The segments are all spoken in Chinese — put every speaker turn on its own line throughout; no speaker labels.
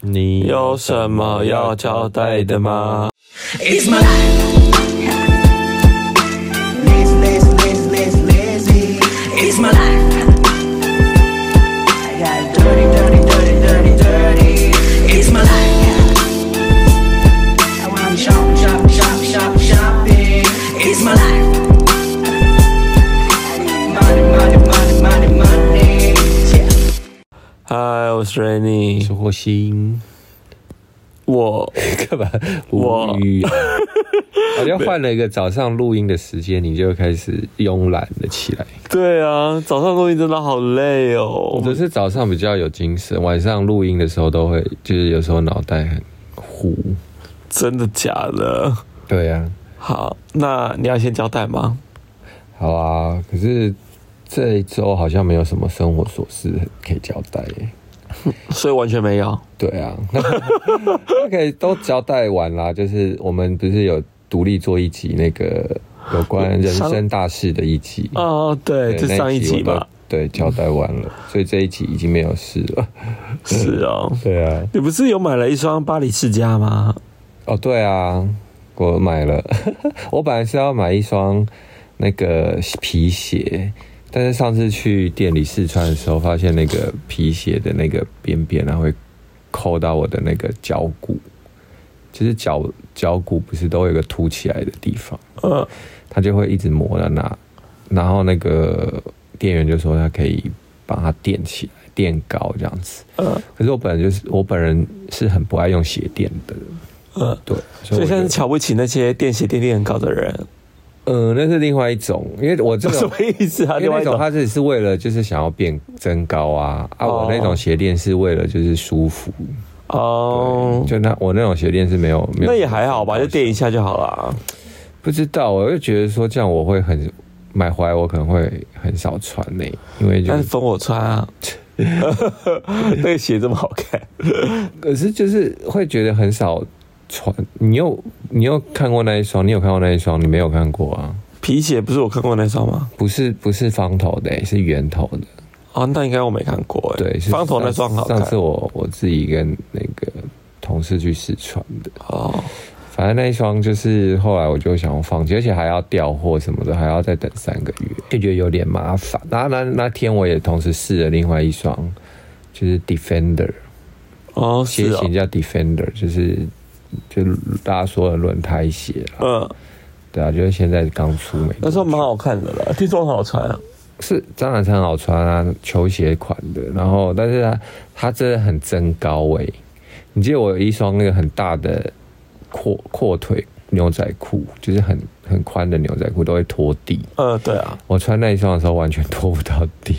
你
有什么要交代的吗？
It's my life. Lazy, lazy, lazy, lazy, lazy. It's my life. I got dirty, dirty, dirty, dirty, dirty. It's my life. I wanna shop, shop, shop, shop, shopping. It's my life. I need Money, money, money, money, money. Yeah.
嗨，我是 Rainy，
是火星？
我
干嘛？
我
无语啊。好像换了一个早上录音的时间，你就开始慵懒了起来。
对啊，早上录音真的好累哦
我。只是早上比较有精神，晚上录音的时候都会，就是有时候脑袋很糊。
真的假的？
对啊呀、
好，那你要先交代吗？
好啊。可是这一周好像没有什么生活琐事可以交代耶。
所以完全没有。
对啊 ，OK，都交代完啦。就是我们不是有独立做一集那个有关人生大事的一集，
哦，对，就
那
上一集
我都
吧。
对，交代完了，所以这一集已经没有事了。嗯
是哦，
对啊，
你不是有买了一双巴黎世家吗？
哦，对啊，我买了， 我本来是要买一双那个皮鞋，但是上次去店里试穿的时候，发现那个皮鞋的那个边边它会扣到我的那个脚骨，就是脚脚骨不是都有一个凸起来的地方，
呃，
它就会一直磨到那，然后那个店员就说他可以把它垫起来。垫高这样子，
嗯
可是我本人就是我本人是很不爱用鞋垫的，
嗯
对，
所
我
以现
就
在
是
瞧不起那些垫鞋垫垫很高的人，
嗯，那是另外一种，因为我这
什
种
么。意思啊？
因为
另外
那
一
种
种，
它只是为了就是想要变增高啊啊！我
哦
那种鞋垫是为了就是舒服，
哦，
就那我那种鞋垫是没有没有。
那也还好吧，就垫一下就好啦。
不知道，我就觉得说这样我会很买回来，我可能会很少穿呢、因为就
但是分我穿啊，那个鞋这么好看，
可是就是会觉得很少穿。你有你有看过那一双？你有看过那一双？你没有看过啊？
皮鞋不是我看过那双吗？
不是不是方头的、是圆头的。
哦，那应该我没看过哎。
对，是
方头那双好看
上次我我自己跟那个同事去试穿的，
哦，
反正那一双就是后来我就想要放弃，而且还要调货什么的，还要再等三个月，就觉得有点麻烦。然后那那天我也同时试了另外一双，就是 Defender
哦是
鞋
哦
型，叫 Defender，就是就大家说的轮胎鞋啦。
嗯，
对啊，就是现在刚出没多久，
那双蛮好看的啦，听说很好穿啊。
是当然是很好穿啊，球鞋款的。然后，但是它它真的很增高诶、你记得我有一双那个很大的阔阔腿牛仔裤，就是很很宽的牛仔裤，都会拖地。
嗯，对啊，
我穿那一双的时候完全拖不到地。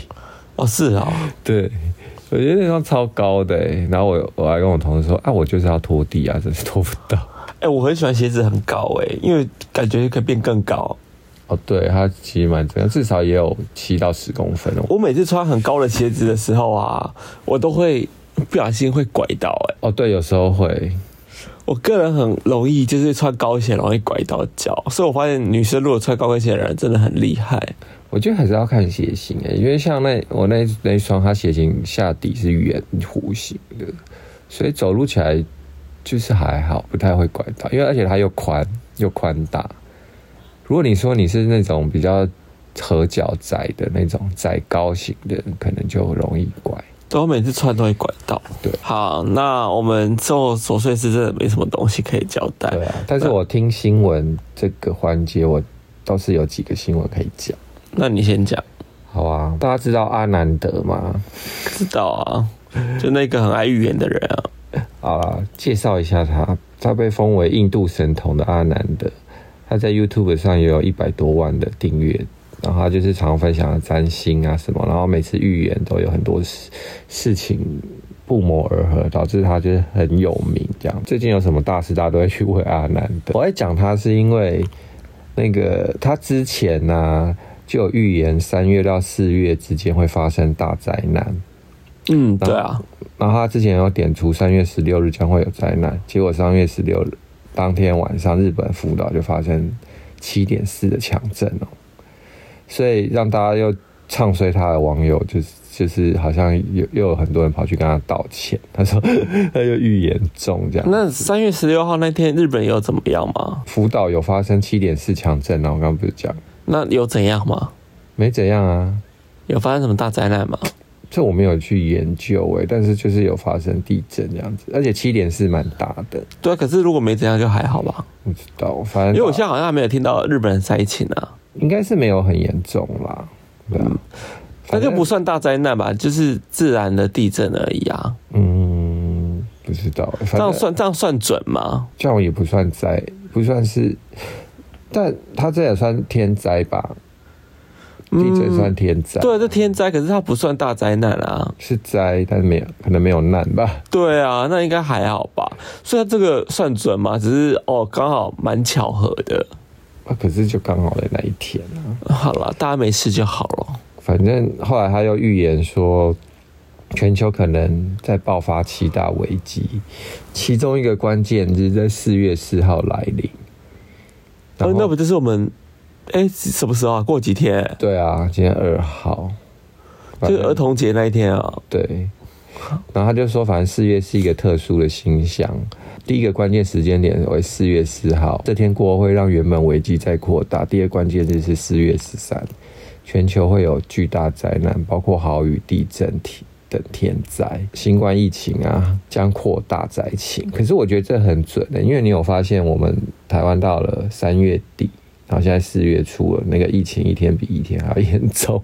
哦是啊，
对，我觉得那双超高的、诶然后我我还跟我同事说啊，我就是要拖地啊，真是拖不到。
哎，我很喜欢鞋子很高哎，因为感觉可以变更高。
哦，对，它其实蛮增高，至少也有七到十公分哦。
我每次穿很高的鞋子的时候啊，我都会不小心会拐到哎。
哦，对，有时候会。
我个人很容易就是穿高跟鞋容易拐到脚，所以我发现女生如果穿高跟鞋的人真的很厉害。
我觉得还是要看鞋型诶、因为像那我那那一双，它鞋型下底是圆弧形的，所以走路起来就是还好，不太会拐到，因为而且它又宽又宽大。如果你说你是那种比较合脚窄的那种窄高型的，可能就容易拐。
对我每次穿都会拐到。
对
好，那我们做琐碎事真的没什么东西可以交代。
对啊，但是我听新闻这个环节，我倒是有几个新闻可以讲。
那你先讲，
好啊，大家知道阿南德吗？
知道啊？就那个很爱预言的人啊，
好啦，介绍一下他，他被封为印度神童的阿南德，他在 YouTube 上也有一百多万的订阅，然后他就是常分享占星啊什么，然后每次预言都有很多事事情不谋而合，导致他就是很有名这样。最近有什么大事，大家都会去问阿南德。我会讲他是因为那个他之前呢、就有预言三月到四月之间会发生大灾难，
嗯，对啊，
然后他之前有点出三月十六日将会有灾难，结果三月十六日当天晚上，日本福岛就发生七点四的强震哦，所以让大家又唱衰他的网友就是就是好像有又有很多人跑去跟他道歉，他说 他又预言中这样。
那三月十六号那天，日本有怎么样吗？
福岛有发生七点四强震啊，我刚刚不是讲
那有怎样吗？
没怎样啊，
有发生什么大灾难吗？
这我没有去研究诶、但是就是有发生地震这样子，而且七点是蛮大的，
对啊，可是如果没怎样就还好吧，
不知道，反正
因为我现在好像还没有听到日本人塞情啊，
应该是没有很严重啦，对啊，
嗯那
反
就
正
不算大灾难吧，就是自然的地震而已啊。
嗯，不知道，反正
这样算这样算准吗？
这样也不算灾，不算是，但它这也算天灾吧？地震算天灾，
嗯对，这天灾，可是它不算大灾难啊。
是灾，但是没有可能没有难吧？
对啊，那应该还好吧。所以它这个算准吗？只是哦，刚好蛮巧合的。
啊，可是就刚好的那一天啊。
好了，大家没事就好了。
反正后来他又预言说，全球可能在爆发七大危机，其中一个关键就是在四月四号来临。然
哦，那
后
不就是我们？哎、什么时候啊？过几天？
对啊，今天二号，
就是儿童节那一天啊。
对，然后他就说，反正四月是一个特殊的星象，第一个关键时间点为四月四号，这天过后会让原本危机再扩大。第二关键日是四月十三，全球会有巨大灾难，包括豪雨、地震体。等天灾、新冠疫情啊，将扩大灾情。可是我觉得这很准的、因为你有发现，我们台湾到了三月底，然后现在四月初了，那个疫情一天比一天还要严重。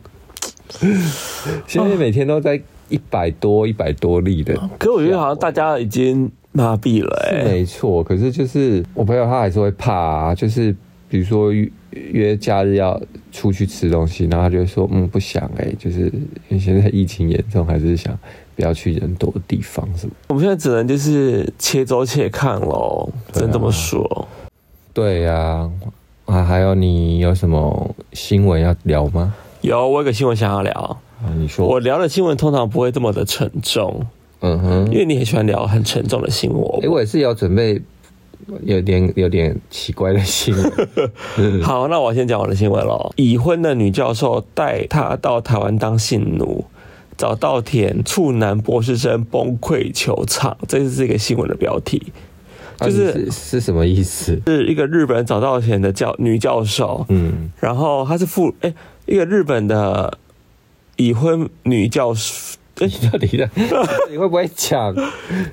现在每天都在一百多、一百多例的，
可我觉得好像大家已经麻痹了、
是
欸，
没错。可是就是我朋友他还是会怕、啊，就是比如说约约假日要出去吃东西，然后他就会说嗯不想哎、就是因为现在疫情严重，还是想不要去人多的地方什么。
我们现在只能就是且走且看喽，
啊
只能这么说。
对呀、啊，还有你有什么新闻要聊吗？
有，我有个新闻想要聊。
啊，你说，
我聊的新闻通常不会这么的沉重，
嗯哼，
因为你很喜欢聊很沉重的新闻。
哎、我也是有准备。有点有点奇怪的新 闻，
好，那我先讲我的新闻喽。已婚的女教授带她到台湾当性奴，找稻田处男博士生崩溃球场，这是一个新闻的标题。
啊
就是
你是是什么意思？
是一个日本早稻田的教女教授，
嗯，
然后她是妇哎、一个日本的已婚女教授，哎、
你到底 在你会不会讲？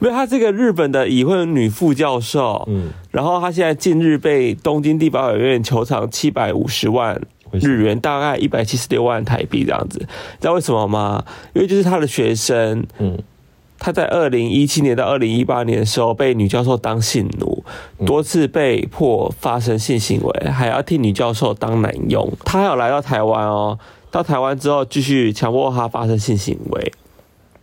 没有，她是一个日本的已婚女副教授，
嗯，
然后她现在近日被东京地法院球场七百五十万日元，大概一百七十六万台币这样子。你知道为什么吗？因为就是她的学生，
嗯，
她在二零一七年到二零一八年的时候被女教授当性奴，多次被迫发生性行为，还要替女教授当男佣。她还有来到台湾哦，到台湾之后继续强迫她发生性行为。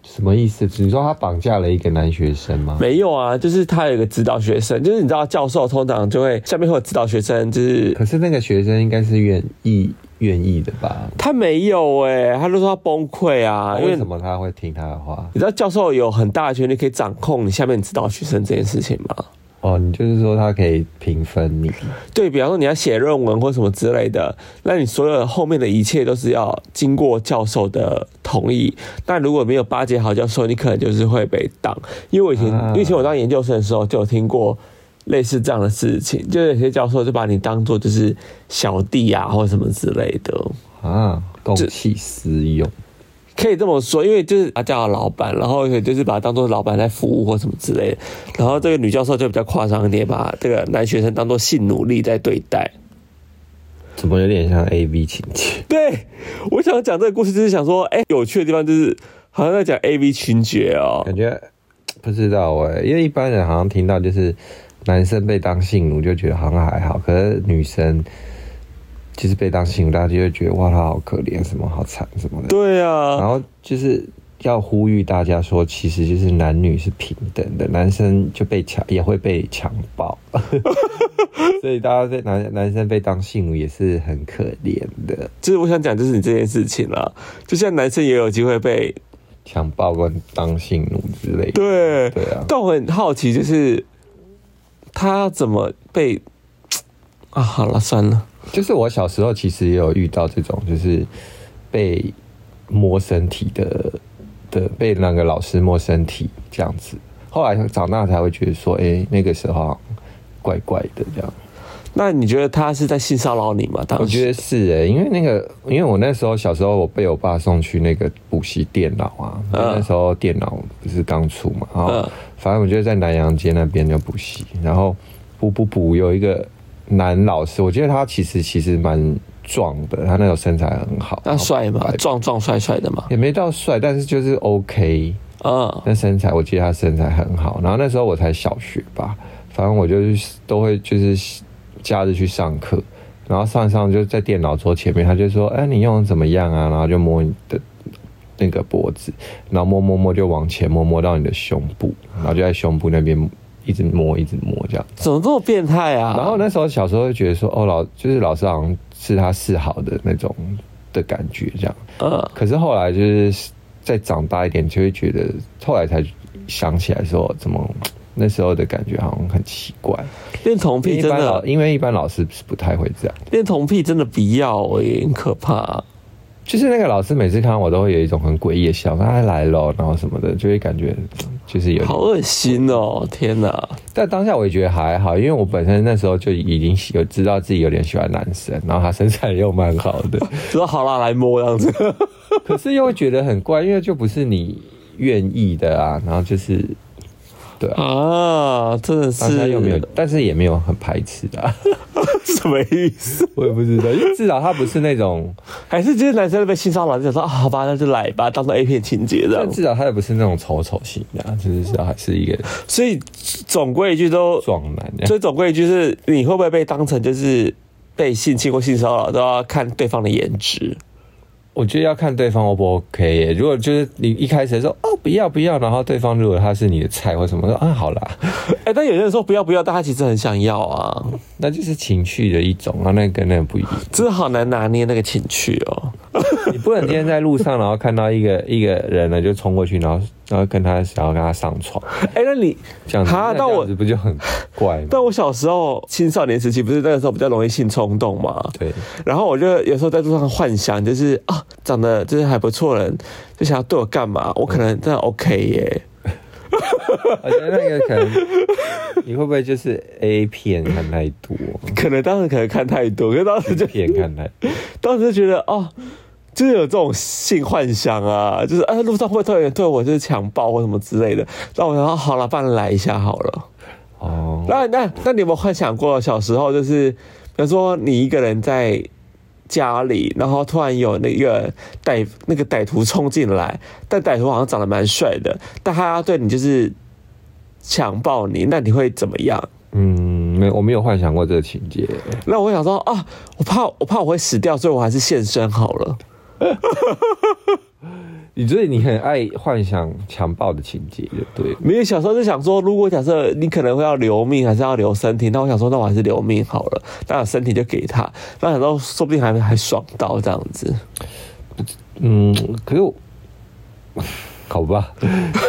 什么意思？你说他绑架了一个男学生吗？
没有啊，就是他有一个指导学生，就是你知道教授通常就会下面会有指导学生，就是
可是那个学生应该是愿意愿意的吧？
他没有哎、他就说他崩溃啊，因
哦为
为
什么他会听他的话？
你知道教授有很大的权利可以掌控你下面指导学生这件事情吗？
哦，你就是说他可以评分你？
对比方说你要写论文或什么之类的，那你所有的后面的一切都是要经过教授的同意。那如果没有巴结好教授，你可能就是会被挡。因为我以前，
啊
因为以前我当研究生的时候就有听过类似这样的事情，就是有些教授就把你当做就是小弟啊或什么之类的。
啊，公器私用，
可以这么说，因为就是他叫他老板，然后也就是把他当做老板在服务或什么之类的。然后这个女教授就比较夸张一点，把这个男学生当做性奴隶在对待。
怎么有点像 A V 情节？
对，我想讲这个故事，就是想说，哎、有趣的地方就是好像在讲 A V 群角哦。
感觉不知道哎、因为一般人好像听到就是男生被当性奴就觉得好像还好，可是女生就是被当性奴，大家就会觉得哇，他好可怜，什么好惨什么的。
对啊
然，后就是要呼吁大家说，其实就是男女是平等的，男生就被强也会被强暴， 所以大家在男男生被当性奴也是很可怜的，
就是我想讲，就是你这件事情啦、就像男生也有机会被
强暴跟当性奴之类的。
对
对啊
但我很好奇，就是他要怎么被啊？好了，算了。
就是我小时候其实也有遇到这种，就是被摸身体的的被那个老师摸身体这样子。后来长大才会觉得说，哎、那个时候好像怪怪的这样。
那你觉得他是在性骚扰你吗？当时
我觉得是诶、因为那个，因为我那时候小时候，我被我爸送去那个补习电脑啊，
嗯
那时候电脑不是刚出嘛，然后
嗯
反正我就在南洋街那边就补习，然后补补补有一个男老师，我觉得他其实其实蛮壮的，他那种身材很好，
那帅吗
白？
壮壮帅帅的吗？
也没到帅，但是就是 OK，
嗯，
那身材，我记得他身材很好。然后那时候我才小学吧，反正我就是都会就是假日去上课，然后上一上就在电脑桌前面，他就说：“哎、你用得怎么样啊？”然后就摸你的那个脖子，然后摸摸摸就往前摸，摸到你的胸部，然后就在胸部那边一直摸一直摸这样。
怎么这么变态啊？
然后那时候小时候就觉得说：“哦，老就是老师好像是他示好的那种的感觉这样。”
嗯，
可是后来就是再长大一点，就会觉得，后来才想起来说，怎么那时候的感觉好像很奇怪。
恋童癖
一
真
般老，
的，
因为一般老师是不太会这样，
恋童癖真的不要、欸，很可怕、
就是那个老师每次看到我都会有一种很诡异的笑，他来了，然后什么的，就会感觉就是有点
好恶心哦！天哪，
但当下我也觉得还好，因为我本身那时候就已经喜有知道自己有点喜欢男生，然后他身材又蛮好 的，
说好啦，来摸这样 子，
可是又会觉得很怪，因为就不是你愿意的啊，然后就是对啊，
啊，真的
当下
是
又没有，但是也没有很排斥的、啊，
什么意思？
我也不知道，因为至少他不是那种，
还是就是男生被性骚扰，就想说啊，好吧，那就来吧，当做 A 片情节这样
但。至少他也不是那种丑丑型的、啊，就是至少还是一个
所以总归一句都，
壮男这样。
所以总归一句是，你会不会被当成就是被性侵或性骚扰，都要看对方的颜值。
我觉得要看对方 O 不 OK 耶、如果就是你一开始说哦不要不要，然后对方如果他是你的菜或什么，说啊好啦，
哎、但有些人说不要不要，但他其实很想要啊，
那就是情趣的一种啊，那跟那个不 一样。
真的好难拿捏那个情趣哦。
你不能今天在路上，然后看到一个一个人呢，就冲过去，然后然后跟他想要跟他上床，
哎、那你
这样子，
哈
那
但
这
我
样子不就很 怪吗？
但我小时候青少年时期，不是那个时候比较容易性冲动嘛？
对，
然后我就有时候在路上幻想，就是啊，长得就是还不错的人，就想要对我干嘛？我可能真的 OK 耶、
我觉得那个可能你会不会就是 A 片看太多，
可能当时可能看太多，可是当时就
片看太多
当时就觉得哦，就是有这种性幻想啊，就是啊路上会不会突然有人对我就是强暴或什么之类的。那我想说哦好了，不然来一下好了。
哦，
那那那你有没有幻想过小时候就是，比如说你一个人在家里，然后突然有那个歹那个歹徒冲进来，但歹徒好像长得蛮帅的，但他要对你就是强暴你，那你会怎么样？
嗯，没有，我没有幻想过这个情节，
那我会想说啊，我怕我怕我会死掉，所以我还是现身好了。
你所以你很爱幻想强暴的情节，就对了。
没有小时候就想说，如果假设你可能会要留命，还是要留身体，那我想说，那我还是留命好了，那身体就给他，那想到说不定还还爽到这样子。
嗯，可是我好吧，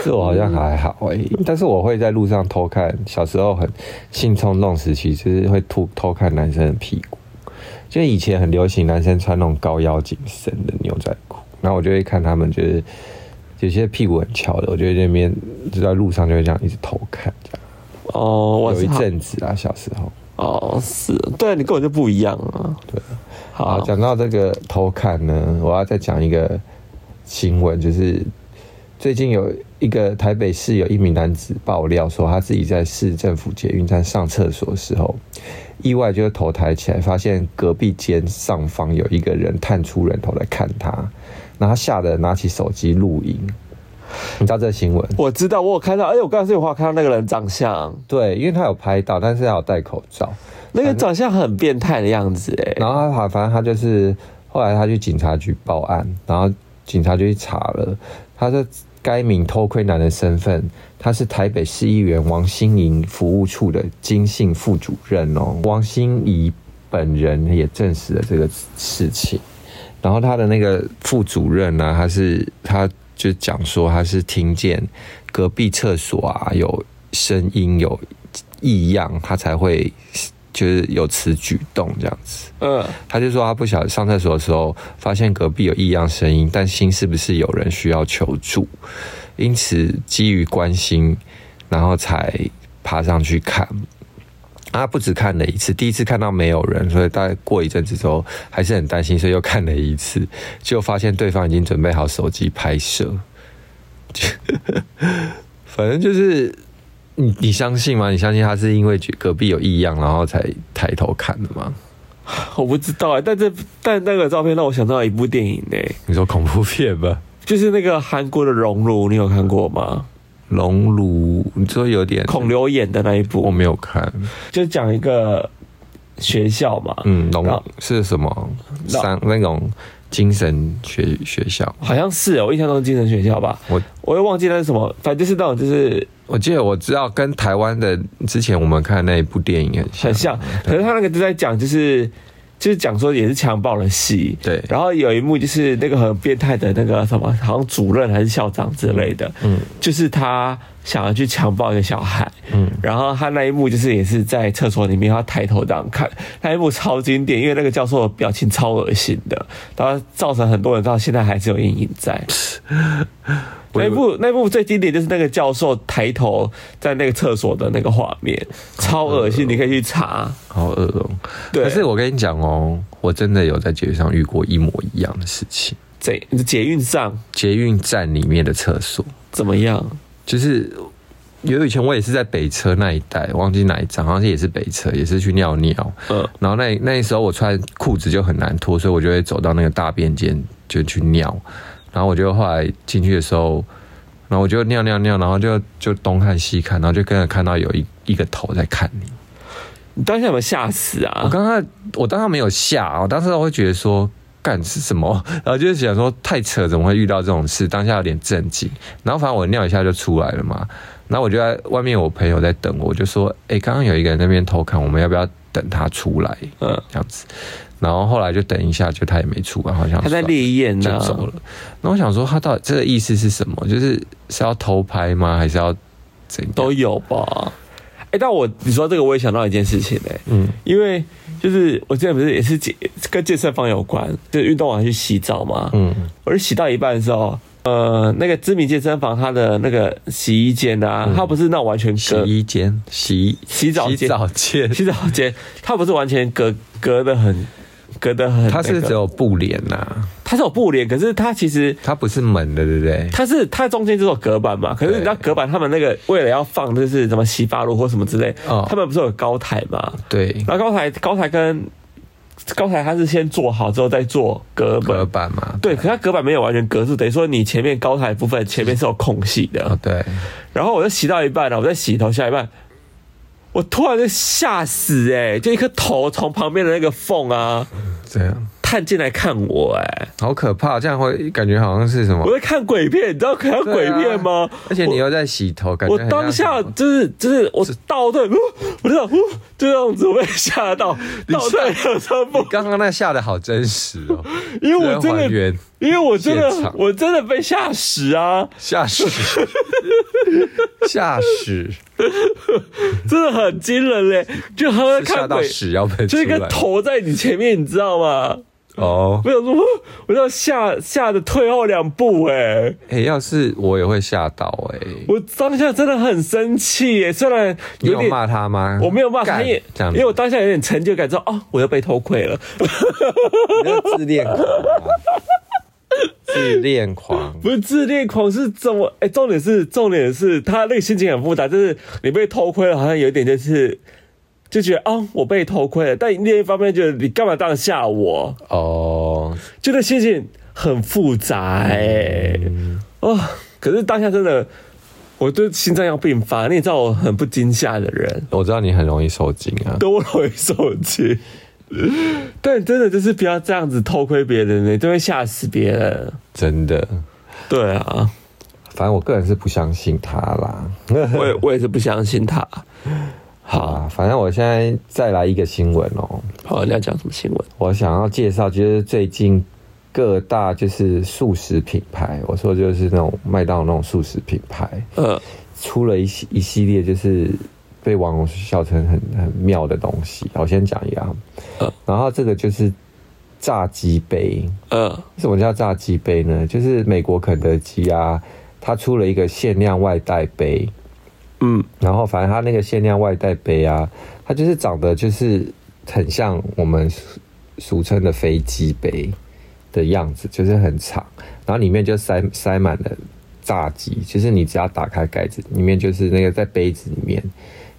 这我好像还好哎、但是我会在路上偷看，小时候很性冲动时期，就是会偷偷看男生的屁股。就以前很流行男生穿那种高腰紧身的牛仔裤，然后我就会看他们，就是有些屁股很翘的，我就会在那边就在路上就会这样一直偷看，这样
哦，我
有一
是好
阵子啊，小时候。
哦，是，对你根本就不一样啊。对，
好，
好，
讲到这个偷看呢，我要再讲一个新闻，就是最近有一个台北市有一名男子爆料说，他自己在市政府捷运站上厕所的时候，意外就头抬起来，发现隔壁间上方有一个人探出人头来看他，然后他吓得拿起手机录影。你知道这个新闻？
我知道，我有看到，而且我刚才有话看到那个人长相，
对，因为他有拍到，但是他有戴口罩。
那个长相很变态的样子，哎，
然后他好，反正他就是后来他去警察局报案，然后警察就去查了，他说该名偷窥男的身份，他是台北市议员王心怡服务处的金姓副主任哦，王心怡本人也证实了这个事情。然后他的那个副主任呢、他是他就讲说他是听见隔壁厕所啊有声音有异样，他才会就是有此举动这样子。
嗯，
他就说他不小上厕所的时候，发现隔壁有异样声音，担心是不是有人需要求助，因此基于关心，然后才爬上去看。啊，不止看了一次，第一次看到没有人，所以大概过一阵子之后还是很担心，所以又看了一次，就发现对方已经准备好手机拍摄。 反正就是你，你相信吗？你相信他是因为觉隔壁有异样，然后才抬头看的吗？
我不知道哎、但这但那个照片让我想到一部电影哎、
你说恐怖片 吧？
就是那个韩国的《熔炉》，你有看过吗？
熔炉，你说有点
孔，刘演的那一
我
部，
没有看。
就讲一个学校嘛，
嗯，
啊
龙是什么？
那
三那种精神学学校。
好像是哦我印象中是精神学校吧，
我
我又忘记那是什么，反正就是那种就是
我记得我知道跟台湾的之前我们看的那一部电影很像。
很像，可是他那个就在讲就是就是讲说也是强暴的戏，
对，
然后有一幕就是那个很变态的那个什么，好像主任还是校长之类的，
嗯
就是他想要去强暴一个小孩，
嗯
然后他那一幕就是也是在厕所里面，他抬头这样看，那一幕超经典，因为那个教授的表情超恶心的，然后造成很多人到现在还是有阴影 在。
我
那
以
一
为
部那一部最经典就是那个教授抬头在那个厕所的那个画面，超恶心，
呃
你可以去查。
好恶哦、
对
可是我跟你讲哦、我真的有在捷运上遇过一模一样的事情，
怎捷运上
捷运站里面的厕所。
怎么样？
就是有以前我也是在北车那一带，忘记哪一站，好像是也是北车，也是去尿尿。
嗯
然后那那时候我穿裤子就很难脱，所以我就会走到那个大便间就去尿。然后我就后来进去的时候，然后我就尿尿尿，然后就就东看西看，然后就跟着看到有一一个头在看你。
你当下有没有吓死啊？
我刚刚我当时没有吓，我当时会觉得说。干是什么？ 然后就是想说太扯，怎么会遇到这种事？当下有点震惊。然后反正我尿一下就出来了嘛。然后我就在外面，我朋友在等我，我就说：“哎、刚刚有一个人在那边偷看，我们要不要等他出来？”
嗯，
这样子。然后后来就等一下，就他也没出来，好像
他在
算了
烈焰啊
就
呢、
走了。那我想说，他到底这个意思是什么？就是是要偷拍吗？还是要怎样？
都有吧？哎、但我你说这个，我也想到一件事情哎、
嗯
因为就是我之前不是也是健跟健身房有关，就是运动完去洗澡嘛，
嗯
我是洗到一半的时候。呃，那个知名健身房，它的那个洗衣间啊，它不是那种完全
嗯洗
隔
衣间、洗
洗澡
洗
间
澡 间，
洗澡间，它不是完全隔隔的很隔的很、那
它
个
是只有布帘呐、
它是有布帘，可是它其实
它不是门的，对不对？
它是它中间就是有隔板嘛，可是你知道
对
隔板他们那个为了要放就是什么洗发露或什么之类，
哦
他们不是有高台嘛？
对，
然后高台高台跟高台它是先做好之后再做隔板，
隔板嘛，
对，可它隔板没有完全隔住，等于说你前面高台部分前面是有空隙
哦
的。
对，
然后我就洗到一半然后我在洗头下一半，我突然就吓死哎、就一颗头从旁边的那个缝啊
这样
探进来看我哎、
好可怕，这样会感觉好像是什么
我？在看鬼片，你知道看到鬼片吗？
哦啊而且
我
你又在洗头，感觉
我
很像
当下
什么
就是就是我倒退，哦我就想，呼就这样子我被吓到，倒退两三步，
刚刚那吓得好真实哦，
因 为我真
还
的，
原
因为我真
现
的
场
我真的被吓死啊，
吓 死，吓死，
真的很惊人嘞，就他在
吓
看
到
鬼，
屎要喷出
就一
来
个头在你前面，你知道吗？
哦。
我想说，呼我要吓吓得退后两步哎、
哎、要是我也会吓到哎、
我当下真的很生气耶、虽然
你
有
有
点
骂他吗？
我没有骂他，
干
因为
这样
因
子，
为我当下有点成就感，知道哦，我又被偷窥了。
你这自恋狂啊、自恋狂，
不是自恋狂是怎么？哎、重点是重点是他那个心情很复杂，就是你被偷窥了，好像有一点就是就觉得哦，我被偷窥了，但另一方面觉得你干嘛这样吓我？
哦，
就那心情很复杂哎、哦，可是当下真的，我对心脏要病发，你也知道我很不惊吓的 人，
我知道你很容易受惊啊。
都容易受惊。但真的就是不要这样子偷窥别人，你就会吓死别人。
真的，
对啊，
反正我个人是不相信他啦。
我也我也是不相信他。好，
啊，反正我现在再来一个新闻哦、
好，你要讲什么新闻？
我想要介绍就是最近各大就是素食品牌，我说就是那种麦当劳那种素食品牌
呃，
出了一系一系列就是被网红笑成很很妙的东西。我先讲一样，
嗯
然后这个就是炸鸡杯。
嗯
什么叫炸鸡杯呢？就是美国肯德基啊，它出了一个限量外带杯，
嗯
然后反正它那个限量外带杯啊，它就是长得就是很像我们俗俗称的飞机杯的样子，就是很长，然后里面就塞塞满了炸鸡，就是你只要打开盖子，里面就是那个在杯子里面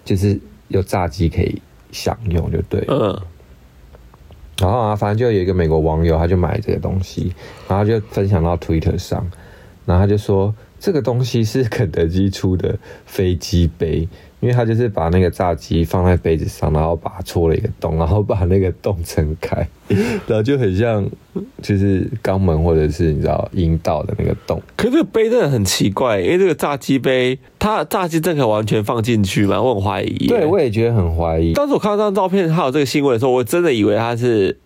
就是有炸鸡可以享用，就对了。
嗯
然后啊，反正就有一个美国网友，他就买这个东西，然后他就分享到 Twitter 上，然后他就说这个东西是肯德基出的飞机杯，因为他就是把那个炸鸡放在杯子上，然后把它戳了一个洞，然后把那个洞撑开， 然后就很像就是肛门或者是你知道阴道的那个洞，
可是这个杯真的很奇怪，因为这个炸鸡杯，它炸鸡真的可以完全放进去吗？我很怀疑耶。
对我也觉得很怀疑。
当时我看到这张照片还有这个新闻的时候，我真的以为它是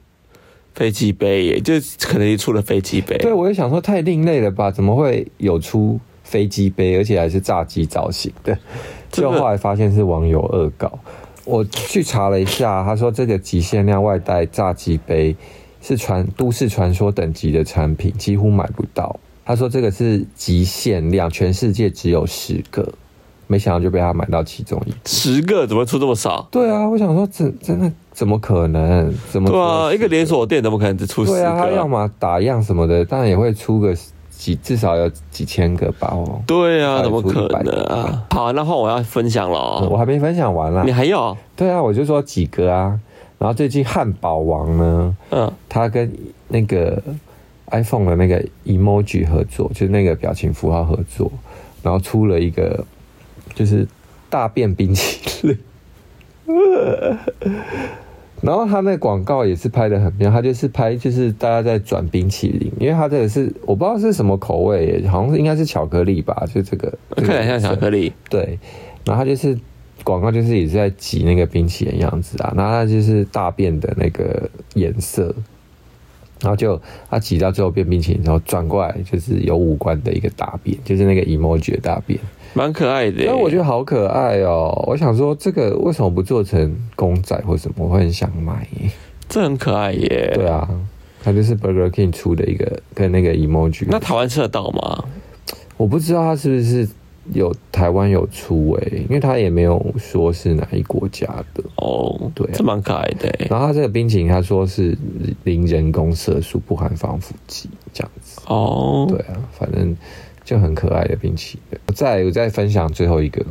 飞机杯耶，就是可能出了飞机杯。
对，我也想说太另类了吧？怎么会有出飞机杯，而且还是炸鸡造型 的？
这
就
个
后来发现是网友恶搞。我去查了一下，他说这个极限量外带炸鸡杯是传都市传说等级的产品，几乎买不到。他说这个是极限量，全世界只有十个，没想到就被他买到其中一个。
十个怎么会出这么少？
对啊，我想说真真的怎么可能？怎么
对
可
啊，
能
一个连锁店怎么可能只出十
对
个
啊，他要
啊？
么打样什么的，当然也会出个几，至少有几千个吧。哦，
对啊，怎么
出
可
一百
能啊？好，那换我要分享了
我
哦。
还没分享完啦
你。还要？
对啊，我就说几个啊。然后最近汉堡王呢，
嗯
他跟那个 iPhone 的那个 emoji 合作，就是那个表情符号合作，然后出了一个就是大便冰淇淋。 然后他那个广告也是拍的很妙，他就是拍就是大家在转冰淇淋，因为他这个是我不知道是什么口味耶，好像是应该是巧克力吧，就这个这
看
个
起来像巧
色
克力。
对，然后他就是广告就是也是在挤那个冰淇淋样子啊，然后他就是大便的那个颜色，然后就他挤到最后变冰淇淋之后转过来就是有五官的一个大便，就是那个 emoji 的大便，
蛮可爱的耶。
所以我觉得好可爱哦、我想说这个为什么不做成公仔或什么？我会很想买耶、
这很可爱耶。
对啊。它就是 Burger King 出的一个跟那个 emoji，
那台湾吃得到吗？
我不知道它是不是有台湾有出诶、因为它也没有说是哪一国家的。
哦，
对啊
这蛮可爱的欸耶。
然后它这个冰淇淋，它说是零人工色素，不含防腐剂，这样子。
哦，
对啊，反正就很可爱的冰淇淋。我再我再分享最后一个，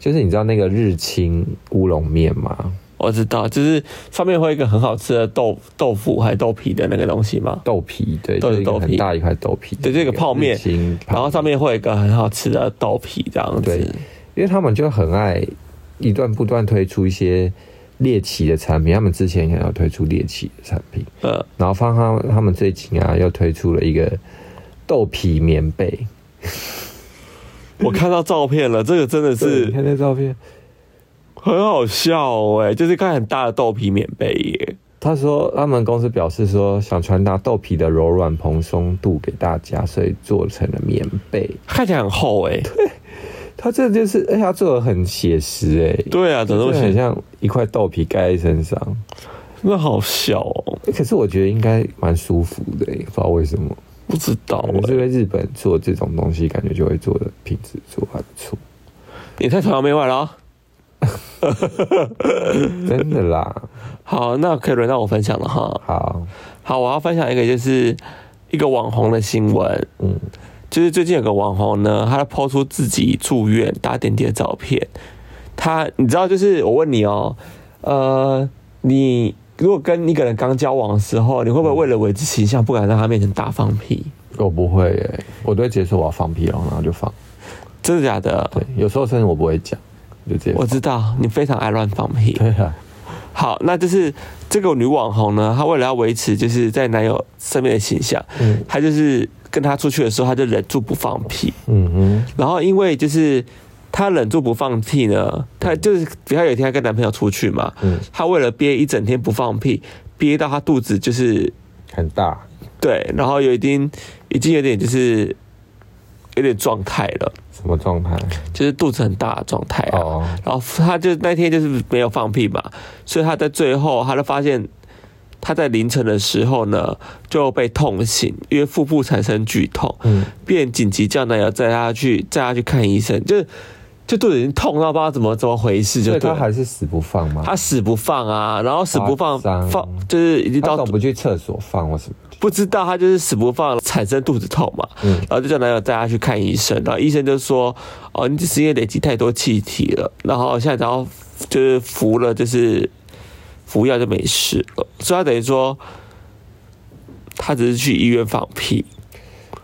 就是你知道那个日清乌龙面吗？
我知道，就是上面会有一个很好吃的豆豆腐还豆皮的那个东西嘛，
豆皮对，
豆
就是一个
豆皮
很大一块豆皮，
对这个泡面
日清泡
然后上面会有一个很好吃的豆皮这样
对
子。
因为他们就很爱一段不断推出一些猎奇的产品，他们之前也有推出猎奇的产品，
呃，
然后方他他们最近啊又推出了一个豆皮棉被。
我看到照片了，这个真的
对
是
你看那照片，
很好笑哎，就是一块很大的豆皮棉被耶。
他说他们公司表示说想传达豆皮的柔软蓬松度给大家，所以做成了棉被。
看起来很厚哎，
他这就是，哎、他做的很写实哎、
对啊，怎么那
就
么
很
写？
像一块豆皮盖在身上、
真的好笑哦，
哎可是我觉得应该蛮舒服的、哎不知道为什么。
不知道
哦我们这
哎，
边日本做这种东西，感觉就会做的品质做还不错，
你太崇洋媚外了啊。
真的啦。
好，那可以轮到我分享了哈。
好，
好，我要分享一个，就是一个网红的新闻，
嗯
就是最近有个网红呢，他抛出自己住院搭电梯的照片。他，你知道，就是我问你哦，呃，你如果跟一个人刚交往的时候，你会不会为了维持形象，不敢在他面前大放屁？
我不会耶、我都会直接说我要放屁了，然后就放。
真的假的？
对，有时候甚至我不会讲，就直接
我
放。
知道你非常爱乱放屁。
对啊，
好，那就是这个女网红呢，她为了要维持就是在男友身边的形象，
嗯
她就是跟他出去的时候，她就忍住不放屁。
嗯哼。
然后因为就是她忍住不放屁呢，她就是比较有一天她跟男朋友出去嘛，
嗯，
她为了憋一整天不放屁，憋到她肚子就是
很大，
对，然后有一点已经有点就是有点状态了，
什么状态？
就是肚子很大的状态啊。
哦，
然后他就那天就是没有放屁嘛，所以他在最后他就发现他在凌晨的时候呢就被痛醒，因为腹部产生剧痛，
嗯，
便紧急叫男友载他去载他去看医生，就是就肚子已经痛到不知道怎么怎么回事
所
就
以
对
他
了。
还是死不放吗？
他死不放啊，然后死不放，
夸张
放就是已经
他
到
总不去厕所放或什么？
不知道他就是死不放，产生肚子痛嘛，
嗯
然后就叫男友带他去看医生，然后医生就说，哦，你只是因为累积太多气体了，然后现在只要就是服了就是服药就没事了，所以他等于说他只是去医院放屁，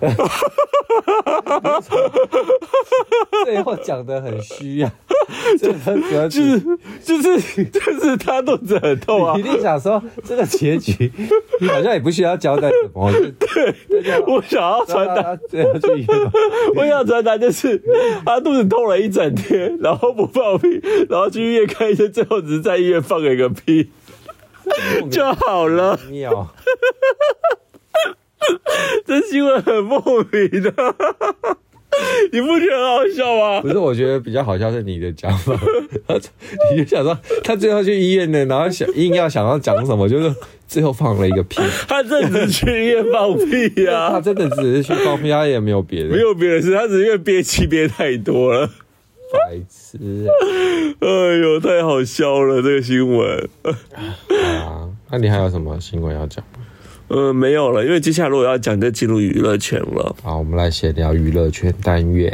最后讲的很虚啊， 这个主要
就是就是就是他肚子很痛啊
一，定想说这个结局，你好像也不需要交代 什么，就
我想要传达
让他 这样去医院吧。
我想传达就是，他肚子痛了一整天，然后不放屁，然后去医院看医生，最后只是在医院放了一个屁 就好了。
妙，
这新闻很莫名的，你不觉得很好 笑
不
吗？
是？我觉得比较好笑是你的讲法， 你就想说他最后去医院呢，然后想硬要想要讲什么， 就是最后放了一个 屁。
他正只去医院放屁呀、
他啊真的只是去放屁，他也没有别的，
没有别的事，他只是因为憋气憋太多了。
白痴
哎呦，太好笑了这个新闻。
啊！那你还有什么新闻要讲？
呃，没有了，因为接下来如果要讲，就进入娱乐圈了。
好，我们来闲聊娱乐圈单元。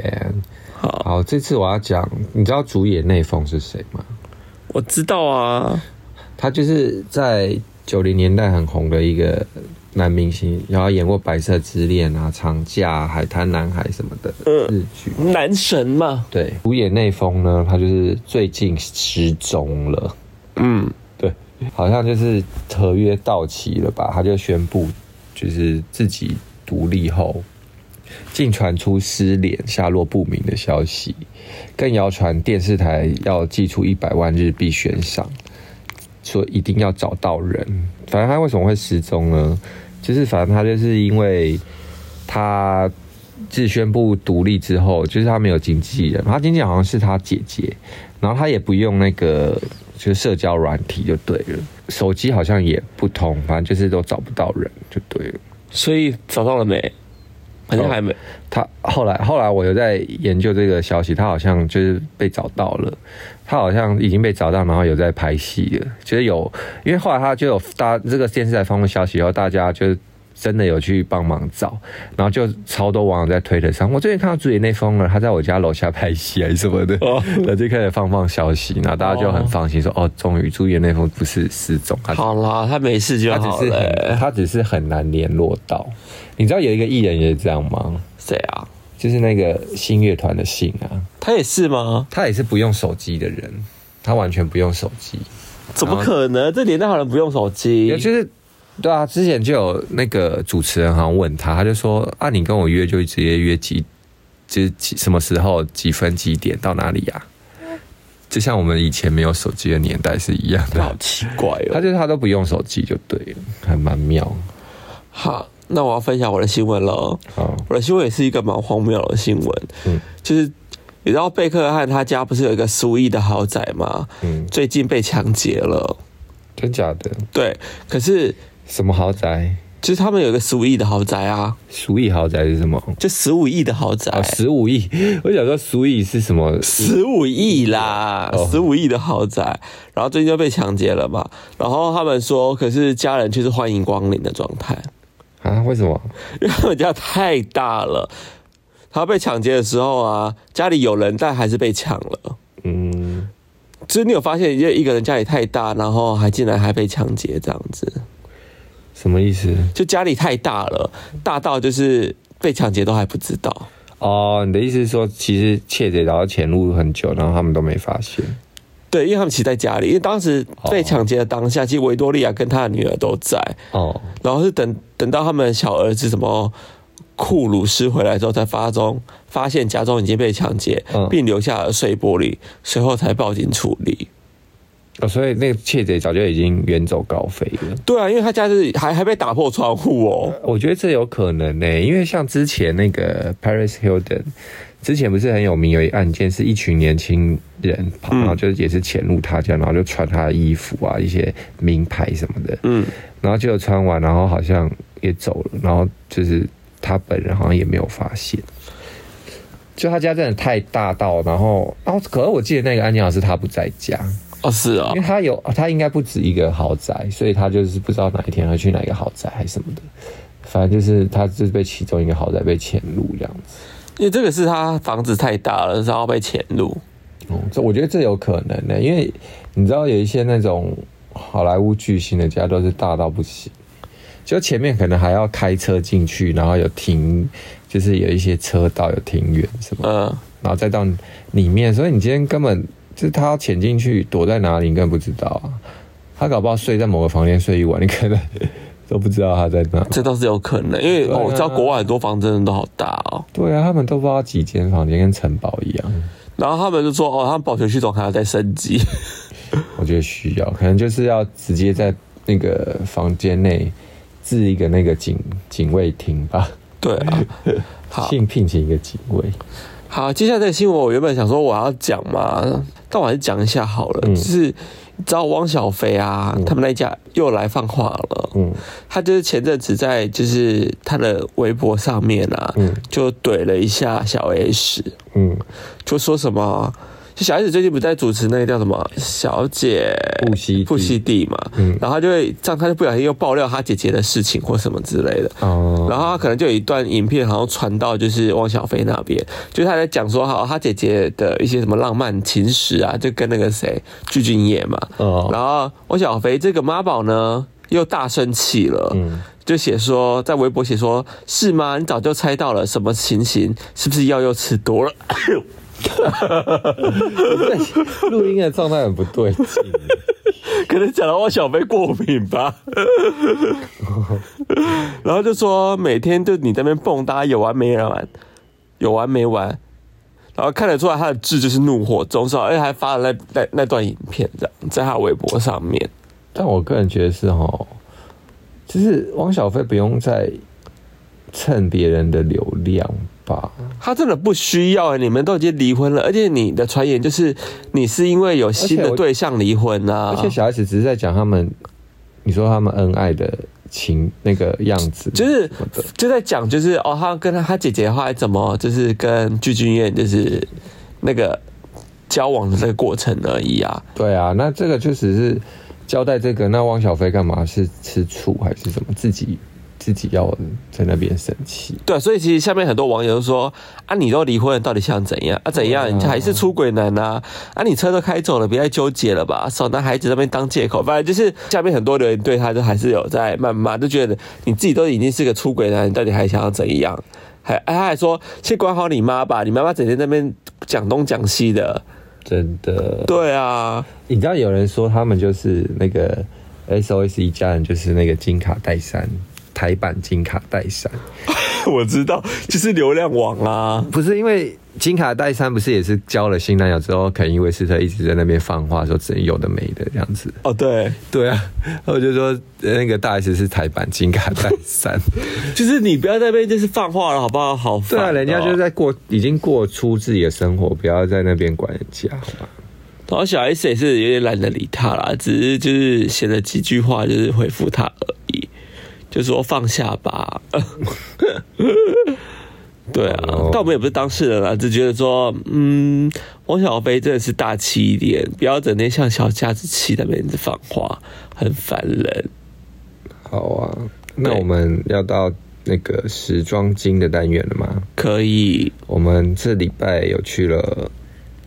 好
好，这次我要讲，你知道主演内丰是谁吗？
我知道啊，
他就是在九零年代很红的一个男明星，然后演过《白色之恋》啊、《长假》啊、《海滩男孩》什么的日剧。
男神嘛，
对，主演内丰呢，他就是最近失踪了。
嗯，
对，好像就是合约到期了吧，他就宣布就是自己独立后，竟传出失联、下落不明的消息，更谣传电视台要寄出一百万日币悬赏，说一定要找到人。反正他为什么会失踪呢？就是反正他就是因为他自宣布独立之后，就是他没有经纪人，他经纪人好像是他姐姐，然后他也不用那个就是社交软体就对了，手机好像也不通，反正就是都找不到人就对了。
所以找到了没？
哦
好像还没。
他后来后来我有在研究这个消息，他好像就是被找到了，他好像已经被找到，然后有在拍戏了，就是有，因为后来他就有大这个电视台发布消息以后，大家就真的有去帮忙找，然后就超多网友在推特上，我最近看到主演那封了，他在我家楼下拍戏还是什么的，
哦
然后就开始放放消息，然后大家就很放心说，哦，终于主演那封不是失踪，他
好啦，他没事就
他
好
只是
了、
很他只是很难联络到，你知道有一个艺人也是这样吗？
谁啊？
就是那个新乐团的信啊，
他也是吗？
他也是不用手机的人，他完全不用手机，
怎么可能？这年代好像不用手机
啊也，就是对啊，之前就有那个主持人好像问他，他就说啊，你跟我约就直接约几，就是几什么时候几分几点到哪里呀、就像我们以前没有手机的年代是一样
好
的，
奇怪
他
哦。
就是他都不用手机就对了，还蛮妙。
好，那我要分享我的新闻了。
好，
我的新闻也是一个蛮荒谬的新闻，
嗯
就是你知道贝克汉他家不是有一个苏亿的豪宅吗？
嗯，
最近被抢劫了。
真假的？
对，可是
什么豪宅？
就是他们有一个十五亿的豪宅啊，
鼠亿豪宅是什么？
就十五亿的豪宅，
啊，十五亿！我想说，鼠亿是什么？
十五亿啦
哦，
十五亿的豪宅，然后最近就被抢劫了嘛。然后他们说，可是家人却是欢迎光临的状态，
啊？为什么？
因为他们家太大了。他被抢劫的时候啊，家里有人，但还是被抢了。
嗯，
就是你有发现，就一个人家里太大，然后还竟然还被抢劫这样子，
什么意思？
就家里太大了，大到就是被抢劫都还不知道。
哦，你的意思是说，其实窃贼然后潜入很久，然后他们都没发现。
对，因为他们其实在家里，因为当时被抢劫的当下，其实维多利亚跟她的女儿都在，
哦，
然后是等等到他们小儿子什么库鲁斯回来之后，才发中发现家中已经被抢劫
嗯，
并留下了碎玻璃，随后才报警处理。
哦，所以那个窃贼早就已经远走高飞了。
对啊，因为他家是还还被打破窗户哦。
我觉得这有可能呢、因为像之前那个 Paris Hilton，之前不是很有名，有一案件是一群年轻人，然后就是也是潜入他家，然后就穿他的衣服啊，一些名牌什么的，
嗯，
然后就穿完，然后好像也走了，然后就是他本人好像也没有发现。就他家真的太大到，然后，然后，可是我记得那个案件好像是他不在家，
哦是哦
因为，他有他应该不止一个豪宅，所以他就是不知道哪一天会去哪一个豪宅还是什么的，反正就是他就是被其中一个豪宅被潜入这样子。
因为这个是他房子太大了，然后被潜入。
哦、这我觉得这有可能的、因为你知道有一些那种好莱坞巨星的家都是大到不行，就前面可能还要开车进去，然后有停，就是有一些车道有庭院什么的，
嗯，
然后再到里面，所以你今天根本就是他要潜进去躲在哪里，你根本不知道啊。他搞不好睡在某个房间睡一晚，你可能都不知道他在哪。
这倒是有可能，因为、
对啊
哦、我知道国外很多房真的都好大哦。
对啊，他们都不知道几间房间，跟城堡一样。
然后他们就说哦，他们保全系统还要再升级。
我觉得需要，可能就是要直接在那个房间内置一个那个警警卫厅吧，
对啊，好
聘聘请一个警卫。
好，接下来这个新闻，我原本想说我要讲嘛，但我还是讲一下好了。
嗯
就是你知道汪小菲啊，他们那一家又来放话了。
嗯
他就是前阵子在就是他的微博上面啊，
嗯
就怼了一下小 S，
嗯，
就说什么。啊就小 S 最近不是在主持那个叫什么小姐
不惜地
不惜地嘛，
嗯
然后他就会这样，他就不小心又爆料他姐姐的事情或什么之类的，
哦、
然后他可能就有一段影片，好像传到就是汪小菲那边，就是他在讲说，好，他姐姐的一些什么浪漫情史啊，就跟那个谁具俊晔嘛。
哦
然后汪小菲这个妈宝呢，又大生气了，
嗯
就写说在微博写说，是吗？你早就猜到了什么情形？是不是药又吃多了？
录音的状态很不对劲，
可能讲到我小飞过敏吧， 然后就说每天就你在那边蹦跶，有完没完，有完没完，然后看得出来他的志就是怒火中烧，而且还发了那那那段影片这样在他微博上面。
但我个人觉得是哦，就是汪小菲不用再蹭别人的流量吧。
他真的不需要、你们都已经离婚了，而且你的传言就是你是因为有新
而且
的
我
对象离婚啊
而，且小 S 只是在讲他们，你说他们恩爱的情那个样子，
就是
什么的
就在讲就是哦，他跟他他姐姐后来怎么就是跟具俊晔就是那个交往的这个过程而已啊。
对啊，那这个就只是交代这个，那汪小菲干嘛是吃醋还是什么？自己自己要在那边生气？
对，啊所以其实下面很多网友都说啊，你都离婚了，到底想怎样啊？怎样？你还是出轨男呐、啊？你车都开走了，别再纠结了吧，少拿孩子在那边当借口。反正就是下面很多留言对他都还是有在谩骂，就觉得你自己都已经是个出轨男，你到底还想要怎样？还啊他还说先管好你妈吧，你妈妈整天在那边讲东讲西的。
真的，
对啊，
你知道有人说他们就是那个 SOS 一家人，就是那个金卡戴珊。台版金卡戴珊，
我知道，就是流量网啊。
不是因为金卡戴珊不是也是交了新男友之后，肯尼威斯特一直在那边放话说只有的没的这样子。
哦，对，
对啊，我就说呃那个大 S 是台版金卡戴珊。
就是你不要在那边就是放话了，好不好？好烦
对
哦、
啊，人家就是在过已经过出自己的生活，不要在那边管人家。
然后小 S 也是有点懒得理他啦，只是就是写了几句话，就是回复他而已，就说放下吧。 对啊
哦，
但我们也不是当事人啊啦，只觉得说，嗯，汪小菲真的是大气一点，不要整天像小家子气在那边一直放话，很烦人。
好啊，那
对
我们要到那个时装精的单元了吗？
可以，
我们这礼拜有去了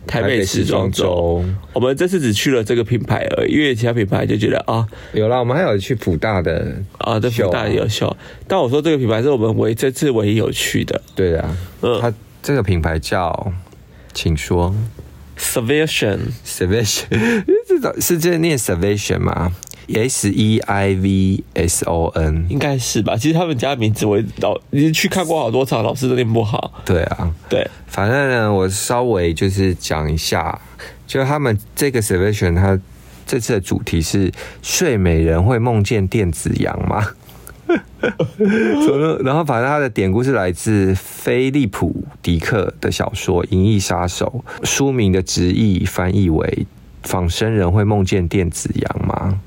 台北时装周，，我们这次只去了这个品牌而已，因为其他品牌就觉得啊
有啦，我们还有去普大的。
啊，这
秀
福
啊
大也有秀。但我说这个品牌是我们唯这次唯一有去的
对啊，
嗯
它这个品牌叫，请说
Salvation。
Salvation，这种是这念 Salvation 吗？S E I V S O N，
应该是吧？其实他们家名字我也老，你去看过好多场，老师都念不好。
对啊，
对，
反正呢，我稍微就是讲一下，就他们这个 s e l v a t i o n 它这次的主题是睡美人会梦见电子羊吗？ 怎么了然后反正他的典故是来自菲利普·迪克的小说《银翼杀手》，书名的直译翻译为“仿生人会梦见电子羊吗”。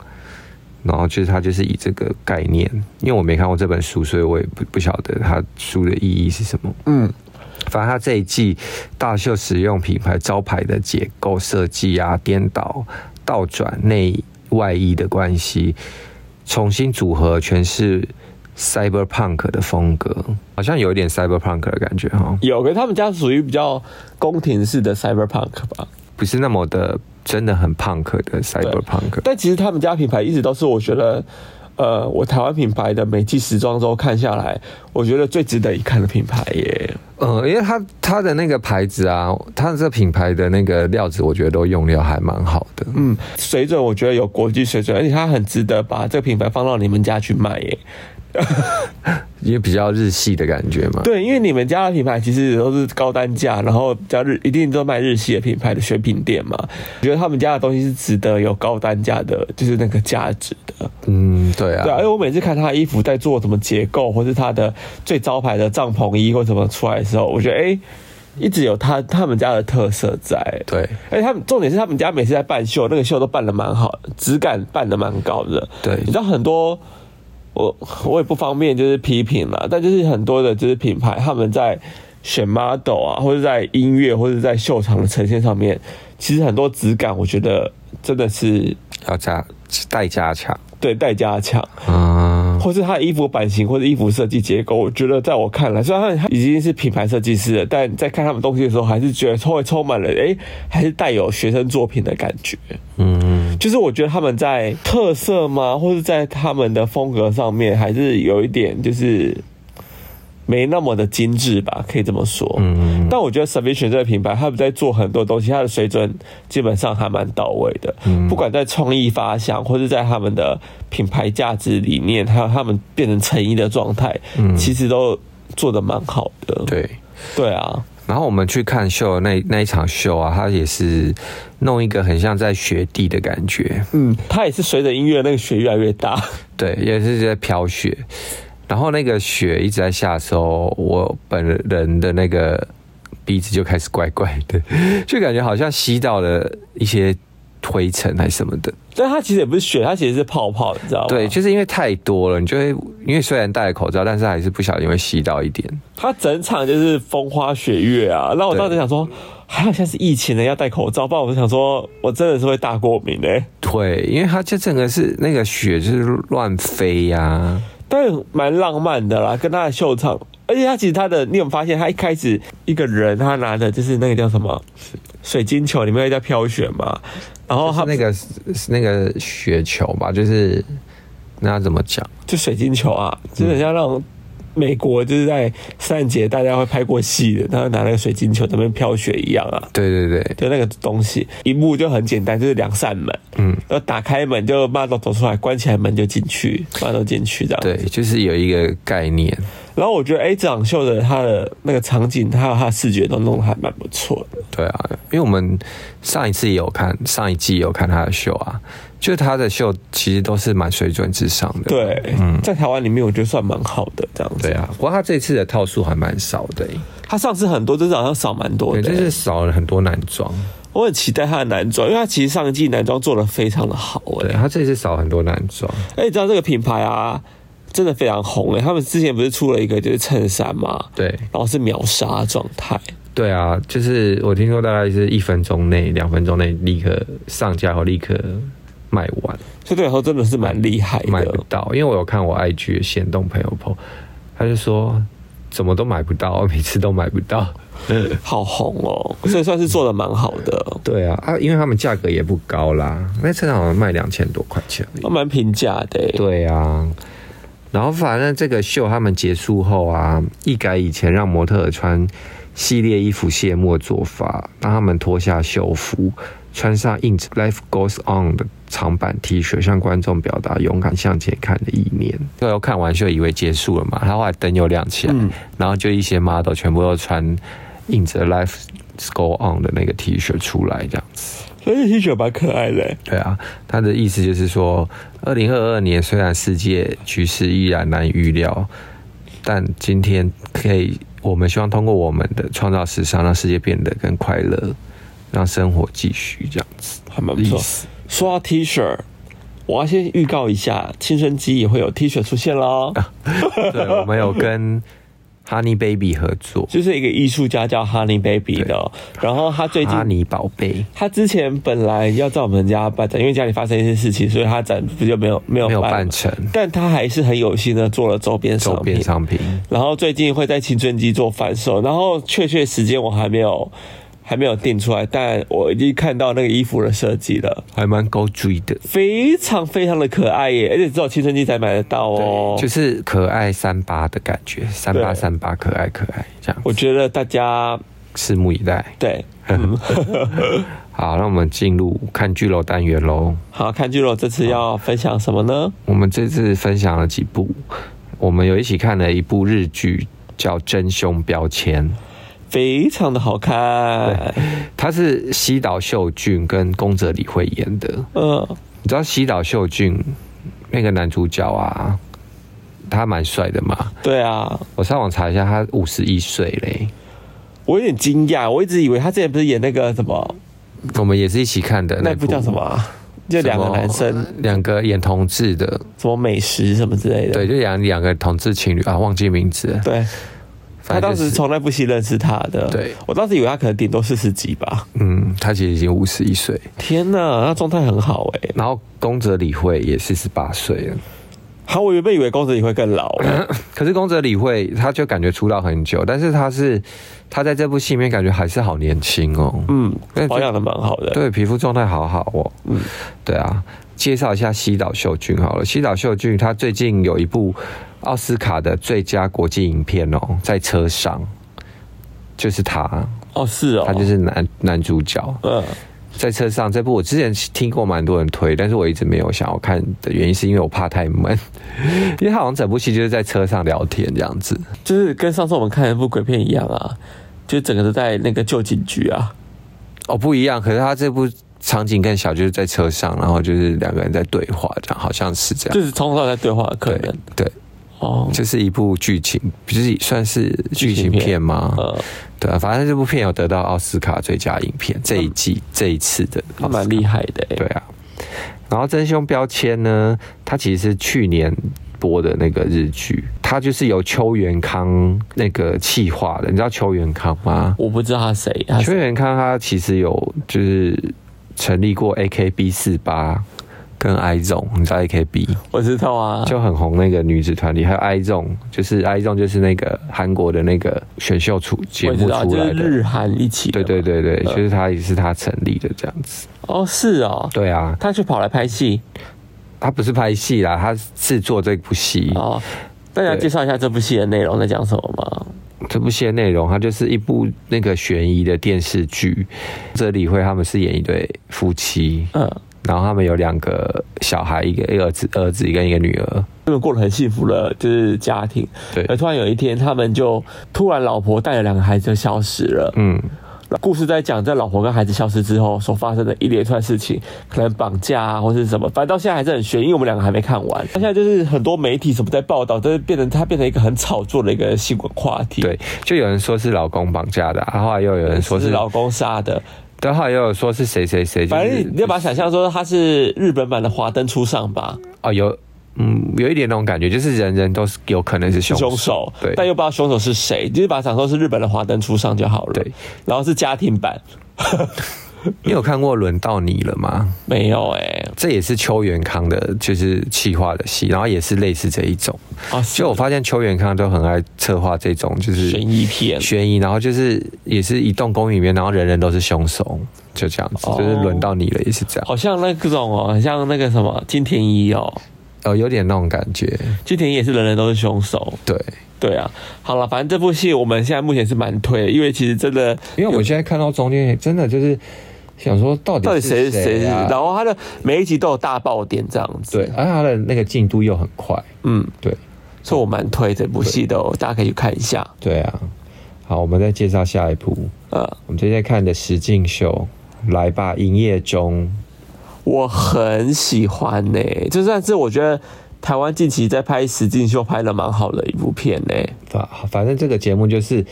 然后就是他就是以这个概念，因为我没看过这本书，所以我也不不晓得他书的意义是什么。
嗯，
反正他这一季大秀实用品牌招牌的结构设计啊、颠倒、倒转内外衣的关系，重新组合全是 cyberpunk 的风格，好像有一点 cyberpunk 的感觉哈，
有，可是他们家属于比较宫廷式的 cyberpunk 吧。
不是那么的真的很 punk 的 cyberpunk。
但其实他们家品牌一直都是我觉得，呃，我台湾品牌的每季时装周看下来，我觉得最值得一看的品牌耶。
呃，因为它它的那个牌子啊，它的这品牌的那个料子，我觉得都用料还蛮好的。
嗯，水准我觉得有国际水准，而且它很值得把这个品牌放到你们家去卖耶。
也比较日系的感觉嘛。
对，因为你们家的品牌其实都是高单价，然后比较日，一定都卖日系的品牌的选品店嘛。我觉得他们家的东西是值得有高单价的，就是那个价值的。
嗯，对啊，
对啊，因为我每次看他的衣服在做什么结构，或是他的最招牌的帐篷衣或什么出来的时候，我觉得哎、诶一直有他他们家的特色在。
对
而哎且他们重点是他们家每次在办秀，那个秀都办的蛮好的，质感办的蛮高的。
对
你知道很多，我我也不方便就是批评啦，但就是很多的就是品牌他们在选 model 啊，或者在音乐或者在秀场的呈现上面，其实很多质感我觉得真的是
要加代加强
对待加强。
啊、
或是他的衣服版型，或者衣服设计结构，我觉得在我看来，虽然他已经是品牌设计师了，但在看他们东西的时候，还是觉得稍微充满了诶，还是带有学生作品的感觉。
嗯，
就是我觉得他们在特色吗，或者在他们的风格上面，还是有一点就是没那么的精致吧，可以这么说。
嗯，
但我觉得 Savision 这个品牌，他们在做很多东西，它的水准基本上还蛮到位的。
嗯
不管在创意发想，或是在他们的品牌价值理念，还有他们变成成衣的状态，其实都做的蛮好的。
嗯对。
对啊，
然后我们去看秀的那那一场秀啊，它也是弄一个很像在雪地的感觉，
嗯，它也是随着音乐那个雪越来越大。
对，也是在飘雪。然后那个雪一直在下的时候，我本人的那个鼻子就开始怪怪的， 就感觉好像吸到了一些灰尘还是什么的。
但它其实也不是雪，它其实是泡泡，你知道吗？
对，就是因为太多了，你就会因为虽然戴了口罩，但是还是不小心会吸到一点。
他整场就是风花雪月啊，那我当时想说，还好现在是疫情呢，要戴口罩，不然我就想说，我真的是会大过敏哎、
对，因为它这整个是那个雪就是乱飞啊呀、
但蛮浪漫的啦，跟他的秀场，而且他其实他的，你有没有发现他一开始一个人他拿的就是那个叫什么水晶球，里面有一叫飘雪嘛，然后他
嗯那个那个雪球吧，就是那要怎么讲？
就水晶球啊，
嗯
就是很像那种美国就是在圣诞节大家会拍过戏的，他会拿那个水晶球在那边飘雪一样啊。
对对对，
就那个东西，一幕就很简单，就是两扇门，
嗯，
然后打开门就骂都走出来，关起来门就进去，骂都进去这样。
对，就是有一个概念。
然后我觉得，哎、这场秀的它的那个场景，还有它的视觉都弄得还蛮不错的。
对啊，因为我们上一次也有看，上一季也有看他的秀啊，就他的秀其实都是蛮水准之上的。
对，在台湾里面，我觉得算蛮好的这样子。
嗯对，啊，不过他这次的套数还蛮少的、欸，
他上次很多，这次好像少蛮多
对，
的、
就是少了很多男装。
我很期待他的男装，因为他其实上一季男装做的非常的好、哎。
对他啊这次少很多男装，
哎，你知道这个品牌啊，真的非常红哎、他们之前不是出了一个就是衬衫嘛，
对
然后是秒杀状态。
对啊，就是我听说大概是一分钟内、两分钟内立刻上架或立刻卖完。
所以对我来说真的是蛮厉害
买不
的。
到，因为我有看我 IG 的线动朋友 PO，他就说怎么都买不到，每次都买不到。
好红哦，所以算是做的蛮好的，
对啊，啊，因为他们价格也不高啦，那车好像卖两千多块钱而已。
蛮平价的欸。
对啊，然后反正这个秀他们结束后啊，一改以前让模特儿穿系列衣服谢幕的做法，让他们脱下秀服，穿上印着 “Life Goes On” 的长版 T 恤，向观众表达勇敢向前看的意念。最后看完秀以为结束了嘛，他后来灯又亮起来，然后就一些 model 全部都穿印着 “Life Goes On” 的那个 T 恤出来，这样子。
而且 T 恤蛮可爱的欸、
对啊，他的意思就是说，二零二二年虽然世界局势依然难预料，但今天可以，我们希望通过我们的创造时尚，让世界变得更快乐，让生活继续这样子。
还蛮不错
意思。
说到 T 恤，我要先预告一下，青春期也会有 T 恤出现喽。
对，我们有跟 Honey Baby 合作，
就是一个艺术家叫 Honey Baby 的哦，然后他最近
哈尼宝贝
他之前本来要在我们家办展，因为家里发生一些事情，所以他展不就没有没有
没有
办
办成
但他还是很有心的做了周边商
周
品
边，商品，
然后最近会在青春期做贩售，然后确切时间我还没有还没有定出来，但我已经看到那个衣服的设计了，
还蛮高追的。
非常非常的可爱耶，而且只有青春期才买得到哦。
就是可爱三八的感觉，三
对
八三八可爱可爱这样，
我觉得大家
拭目以待。
对。
好，那我们进入看剧楼单元喽。
好，看剧肉这次要分享什么呢？
我们这次分享了几部，我们有一起看了一部日剧叫《真凶标签》，
非常的好看，
它是西岛秀俊跟宫泽理惠演的。
嗯，
你知道西岛秀俊那个男主角啊，他蛮帅的嘛。
对啊，
我上网查一下，他五十一岁嘞。
我有点惊讶，我一直以为他之前不是演那个什么
我们也是一起看的
那部叫什么啊、就两个男生，
两个演同志的，
什么美食什么之类的。
对，就两两个同志情侣啊，忘记名字了。
对，他
反正
当
就是
时从那部戏认识他的。
对
我当时以为他可能顶多四十几吧。
嗯，他其实已经五十一岁，
天呐，他状态很好哎、
然后宫泽理惠也四十八岁了。
好，我原本以为公子也会更老、欸
可是宫泽理惠，她就感觉出道很久，但是她是她在这部戏里面感觉还是好年轻哦。
嗯
那，
保养的蛮好的。
对，皮肤状态好好哦。嗯，对啊，介绍一下西岛秀俊好了。西岛秀俊他最近有一部奥斯卡的最佳国际影片哦，在车上，就是他，
哦，是哦，
他就是男、男主角。
嗯，
在车上这部我之前听过蛮多人推，但是我一直没有想要看的原因是因为我怕太闷， 因为他好像整部戏就是在车上聊天这样子。
就是跟上次我们看的那部鬼片一样啊，就整个都在那个旧警局啊。
哦，不一样，可是他这部场景更小，就是在车上，然后就是两个人在对话，这样好像是这样。
就是从头到尾在对话，可
对
能
对，
哦，
就是一部剧情，就是算是剧情片吗？
呃，
对啊，反正这部片有得到奥斯卡最佳影片这一季、这一次的奥斯卡，
还蛮厉害的、欸。
对啊，然后《真凶标签》呢，它其实是去年播的那个日剧，它就是由邱元康那个企划的。你知道邱元康吗？
我不知道他谁，他
邱
是
元康他其实有就是成立过 AKB 四八跟 i 总，你知道 AKB
我知道啊，
就很红那个女子团体，还有 i 总，就是 i 总就是那个韩国的那个选秀出节
我
目
知道，
出
就
来
是
的。
日韩一起的
对
嘛，
对对对，
嗯
就是他也是他成立的这样子。
哦，是哦，
对啊，
他去跑来拍戏
他不是拍戏啦，他是做这部戏。
哦。大家
对
介绍一下这部戏的内容在讲什么吗？
这部戏的内容，它就是一部那个悬疑的电视剧。这里会他们是演一对夫妻，
嗯，
然后他们有两个小孩，一个一个儿子，儿子跟一个女儿。
他们过得很幸福的，就是家庭。
对
而突然有一天，他们就突然老婆带着两个孩子就消失了。
嗯，
故事在讲在老婆跟孩子消失之后所发生的一连串事情，可能绑架啊，或是什么，反正到现在还是很悬，因为我们两个还没看完。那现在就是很多媒体什么在报道，但是变成它变成一个很炒作的一个新闻话题。，
对，就有人说是老公绑架的，啊后来又有人说
是
是，
老公杀的。
但后来又有说是谁谁谁，就
反
是
正你要把它想象说它是日本版的《华灯初上》吧，
哦有。嗯，有一点那种感觉，就是人人都是有可能是凶
凶手，
对，
但又不知道凶手是谁，就是把它想说是日本的《华灯初上》就好了。
对，
然后是家庭版，
你有看过《轮到你了》吗？
没有哎、
这也是邱元康的，就是企划的戏，然后也是类似这一种。
啊，
就我发现邱元康都很爱策划这种就是
悬疑片，
悬疑，然后就是也是一栋公寓里面，然后人人都是凶手，就这样子，
哦
就是轮到你了，也是这样，
好像那种哦，很像那个什么金田一哦。
哦，有点那种感觉，
金田一也是人人都是凶手，
对，
对啊。好了，反正这部戏我们现在目前是蛮推的，因为其实真的
因为我现在看到中间真的就是想说，到底
到底谁
是
是谁是，
谁啊？
然后他的每一集都有大爆点这样子，
对，，而且他的那个进度又很快，
嗯，
对，
所以我蛮推这部戏的、哦，大家可以去看一下。
对啊。好，我们再介绍下一部，
呃，
我们今天看的《石进秀》，来吧，营业中，
我很喜欢呢、就算是我觉得台湾近期在拍实境秀拍的蛮好的一部片呢、
反反正这个节目就是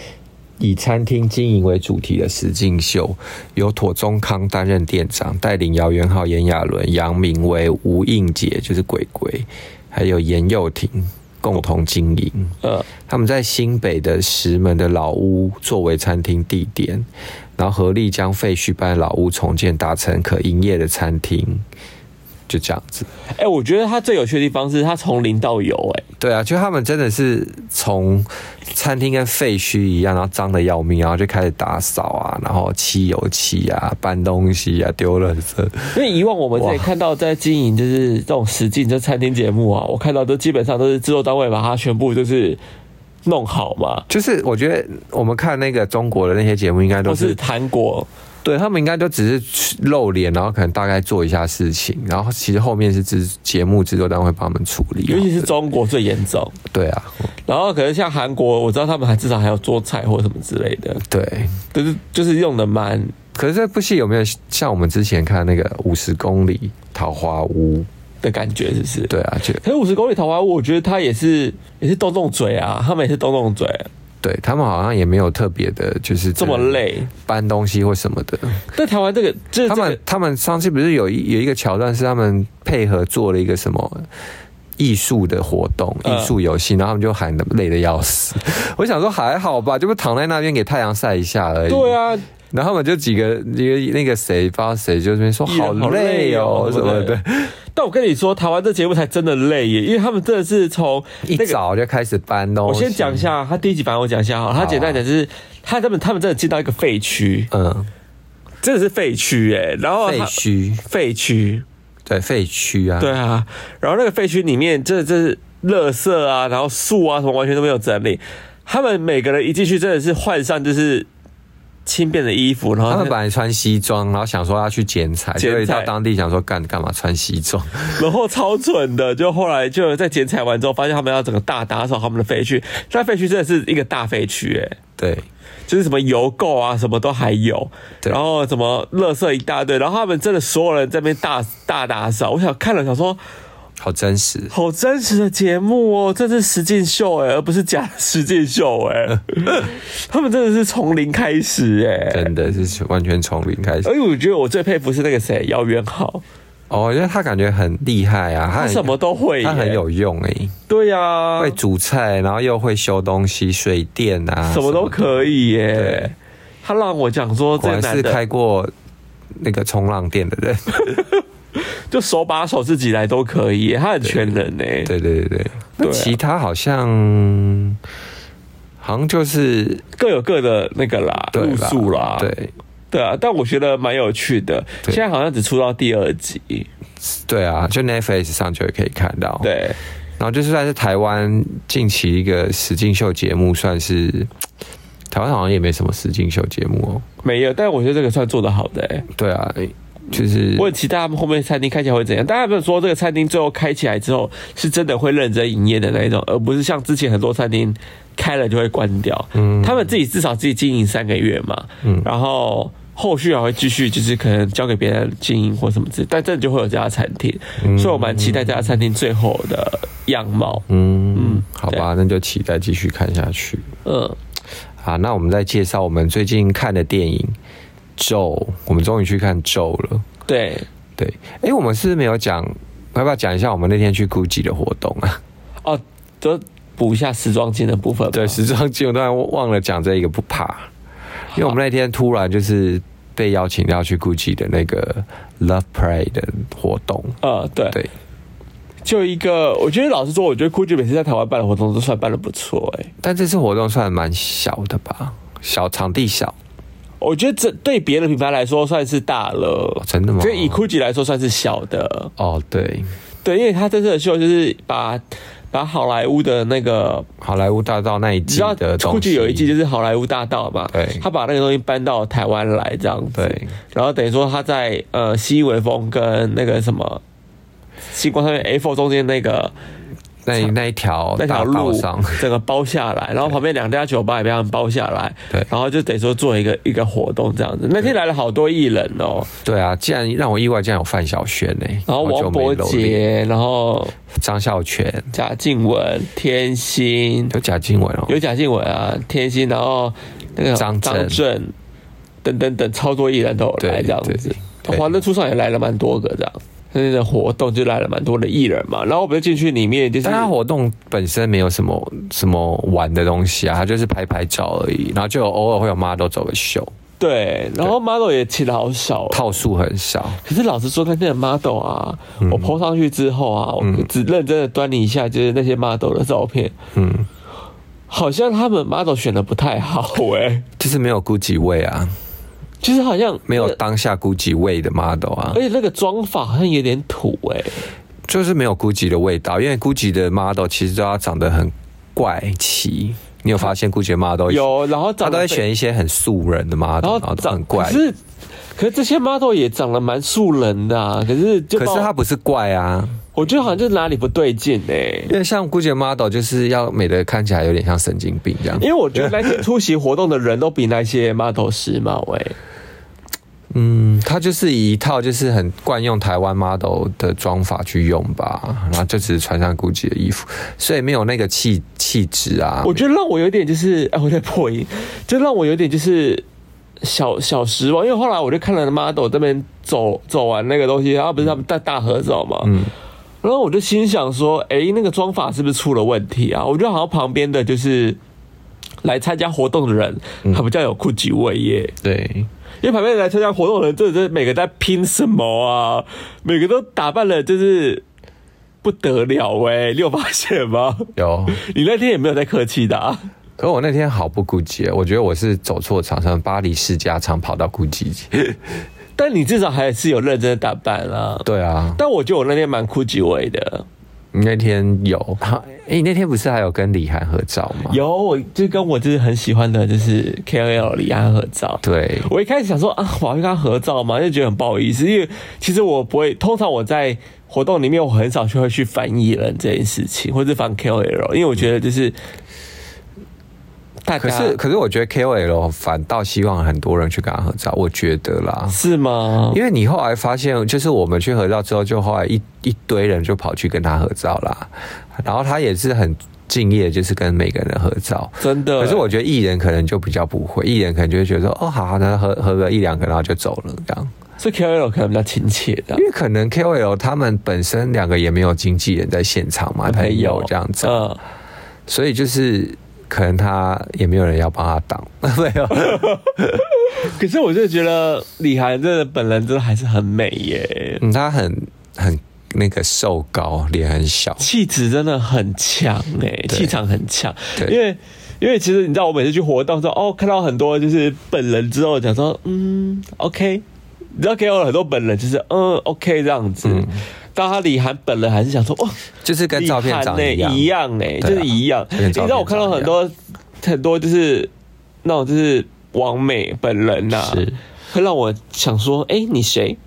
以餐厅经营为主题的实境秀，由妥中康担任店长，带领姚元浩、炎亚纶、杨明威、吴映洁就是鬼鬼，还有严幼婷共同经营。
呃，
他们在新北的石门的老屋作为餐厅地点，然后合力将废墟般的老屋重建，达成可营业的餐厅，就这样子。
哎、我觉得它最有趣的地方是它从零到有、哎，
对啊，就他们真的是从餐厅跟废墟一样，然后脏的要命，然后就开始打扫啊，然后漆油漆啊，搬东西啊，丢垃圾。
因为以往我们这里看到在经营就是这种实境这餐厅节目啊，我看到都基本上都是制作单位把它全部就是弄好嘛，
就是我觉得我们看那个中国的那些节目，应该
或
都哦是
是韩国
对他们应该都只是露脸，然后可能大概做一下事情，然后其实后面是制节目制作单位帮他们处理啊好的。
尤其是中国最严重。
对啊，
然后可能像韩国，我知道他们还至少还有做菜或什么之类的，
对。
但是就是用的蛮
可是这部戏有没有像我们之前看那个《五十公里桃花坞》？
的感觉，是不是？。
对啊，就
可是五十公里桃花坞，我觉得他也是也是动动嘴啊，他们也是动动嘴，
对他们好像也没有特别的，就是
这么累。
搬东西或什么的。
但台湾这个这
他
这
们
个
他们上次不是有一有一个桥段是他们配合做了一个什么？艺术的活动，
嗯
艺术游戏，然后他们就喊的累的要死。 我想说还好吧，就不躺在那边给太阳晒一下而已。
对，啊，
然后他们就几个一个那个谁，不知道谁就这边说
艺人
好累哦
好累哦
什么
对
的，
但我跟你说，台湾这节目才真的累耶，因为他们真的是从
一
那个
早就开始搬东
我
西。
先讲一，下，他第一集反正我讲一下
啊
哈，他简单讲就是，他他们他们真的进到一个废墟，
嗯，
真的是废墟哎，然后
废
哦他
墟，
废墟，
对废墟啊，
对啊，然后那个废墟里面真的就是垃圾啊，然后树啊什么完全都没有整理，他们每个人一进去真的是换上就是轻便的衣服，然后
他们
那
本来穿西装，然后想说要去剪彩，
剪
结
彩
果一到当地想说干干嘛穿西装？
然后超蠢的，就后来就在剪彩完之后发现他们要整个大打扫他们的废墟，那废墟真的是一个大废墟哎、
对，
就是什么邮购啊，什么都还有，
对
然后什么垃圾一大堆，然后他们真的所有人在那边大大打扫。我想看了，想说
好真实。
好真实的节目哦，这是实境秀哎、而不是假的实境秀 哎、他们真的是从零开始哎、
真的是完全从零开始
而且我觉得我最佩服是那个谁姚元浩，
哦，因为他感觉很厉害啊，他
他
很
什么啊都会、耶
他很有用哎、
对呀、
会煮菜，然后又会修东西、水电啊，
什么都可
以。
以耶、
对
他让我讲说这
果
个
然
男
是
的
开过那个冲浪店的人。
就手把手自己来都可以耶、他很全能哎、
对对对对，那
对啊
其他好像好像就是
各有各的那个啦，
对
路
吧
数啦，
对
对啊，但我觉得蛮有趣的。
对
现在好像只出到第二集，
对啊，就 Netflix 上就可以看到。
对，
然后就是算是台湾近期一个实境秀节目，算是台湾好像也没什么实境秀节目哦。
没有。但我觉得这个算做得好的、欸，
对啊，就是
我很期待他们后面餐厅开起来会怎样。大家有没有说这个餐厅最后开起来之后是真的会认真营业的那一种，而不是像之前很多餐厅开了就会关掉。
嗯
他们自己至少自己经营三个月嘛，
嗯
然后后续还会继续，就是可能交给别人经营或什么之类，但这就会有这家餐厅，所以我蛮期待这家餐厅最后的样貌。
嗯
嗯
好吧，那就期待继续看下去。
嗯，
好，那我们再介绍我们最近看的电影《咒》，我们终于去看《咒》了。
对。
对，哎、我们是不是没有讲，要不要讲一下我们那天去 GUCCI 的活动啊？
哦，就补一下时装间的部分吧。
对，时装季我突然忘了讲这一个，不怕，因为我们那天突然就是被邀请要去 GUCCI 的那个 Love Parade 的活动。
呃，对，
对，
就一个，我觉得老实说，我觉得 GUCCI 每次在台湾办的活动都算办的不错哎、
但这次活动算蛮小的吧？小场地小，
我觉得这对别的品牌来说算是大了，
哦真的吗
就以 GUCCI 来说算是小的，
哦，对，
对，因为他这次的秀就是把把好莱坞的那个，
好莱坞大道那一
你
季
知道
的东
GUCCI
西，
有一季就是好莱坞大道嘛，
对
他把那个东西搬到台湾来这样子，
对，
然后等于说他在呃西微风跟那个什么星光上面 F 中间那个
那那一条
那条
哦大道
路
上，
整个包下来，然后旁边两家酒吧也被他们包下来，
对
然后就得说做一个一个活动这样子。那天来了好多艺人哦，
对啊，竟然让我意外，竟然有范晓萱呢、
然后
好久
王
没
伯
露脸、
杰，然后
张孝全，
贾静雯、天心，
有贾静雯哦，
有贾静雯啊，天心，然后那个
张震
张震等等等，超多艺人都有来
对
这样子
对。对
华灯初上也来了蛮多个这样，那的活动就来了蛮多的艺人嘛。然后我们就进去里面，就是
但它活动本身没有什么什么玩的东西啊，它就是拍拍照而已，然后就有偶尔会有 model 走个秀，
对，然后 model 也请的好少哦，
套数很少。
可是老实说，那些 model 啊，
嗯
我 PO 上去之后啊，我只认真的端你一下，就是那些 model 的照片，
嗯，
好像他们 model 选的不太好哎、
就是没有估计位啊，
就是好像
没有
那个
当下估计位的 model 啊
而，且那个妆法好像有点土哎、
就是没有估计的味道，因为估计的 model 其实都要长得很怪奇，你有发现估计的 model
有，然后
他
长
都
得
会
非
选一些很素人的 model，
然
然
后
后都
长
很怪
可。是可是这些 model 也长得蛮素人的、啊，可是就
可
把我
是他不是怪啊，
我觉得好像就是哪里不对劲哎、
因为像估计的 model 就是要美的看起来有点像神经病这样
因。为我觉得那些出席活动的人都比那些 model 时髦哎、
嗯，他就是以一套就是很惯用台湾 model 的妆法去用吧，然后就只是穿上 GUCCI 的衣服，所以没有那个气气质啊。
我觉得让我有点就是，哎，我在破音，就让我有点就是小小失望，因为后来我就看了 model 这边走走完那个东西，然后不是他们带大合照嘛，嗯，然后我就心想说，哎、那个妆法是不是出了问题啊？我觉得好像旁边的就是。来参加活动的人，他比较有酷几味耶，
对，
因为旁边来参加活动的人，真的是每个在拼什么啊？每个都打扮的，就是不得了哎，你有发现吗？
有。
你那天也没有在客气的、啊。
可我那天好不 GUCCI，哦我觉得我是走错场，上巴黎世家常跑到 GUCCI。
但你至少还是有认真的打扮啦。
对啊，
但我觉得我那天蛮酷几位的，
你那天有。哎、你那天不是还有跟李涵合照吗？。
有我就跟我就是很喜欢的就是 KOL 李安合照。
对，
我一开始想说啊，我要去跟他合照嘛，就觉得很不好意思，因为其实我不会，通常我在活动里面我很少去会去烦艺人这件事情，或是烦 KOL，因为我觉得就是大家
可是可是我觉得 KOL 反倒希望很多人去跟他合照，我觉得啦。
是吗？
因为你后来发现，就是我们去合照之后，就后来一一堆人就跑去跟他合照啦，然后他也是很敬业，就是跟每个人合照。
真的，
可是我觉得艺人可能就比较不会，艺人可能就会觉得说，哦，好好的合合个一两个，然后就走了这样。
是 KOL 可能比较亲切的啊
因，为可能 KOL 他们本身两个也没有经纪人在现场嘛，朋友这样子，
嗯，
所以就是可能他也没有人要帮他挡， 没有。
可是我就觉得李涵真的本人真的还是很美耶，
嗯，他很很那个瘦高，脸很小，
气质真的很强哎，
对
气场很强。
对
因为因为其实你知道，我每次去活动之后，哦，看到很多就是本人之后，讲说嗯，OK，你知道给我很多本人就是嗯，OK 这样
嗯
子。但他李涵本人还是想说，哦，
就是跟照片长得
一
一样。
一样哎，就
对啊
是一样。
就跟
你知
照片
道我看到很多很多就是那种就是王美本人呐、
是
会让我想说，哎、你谁？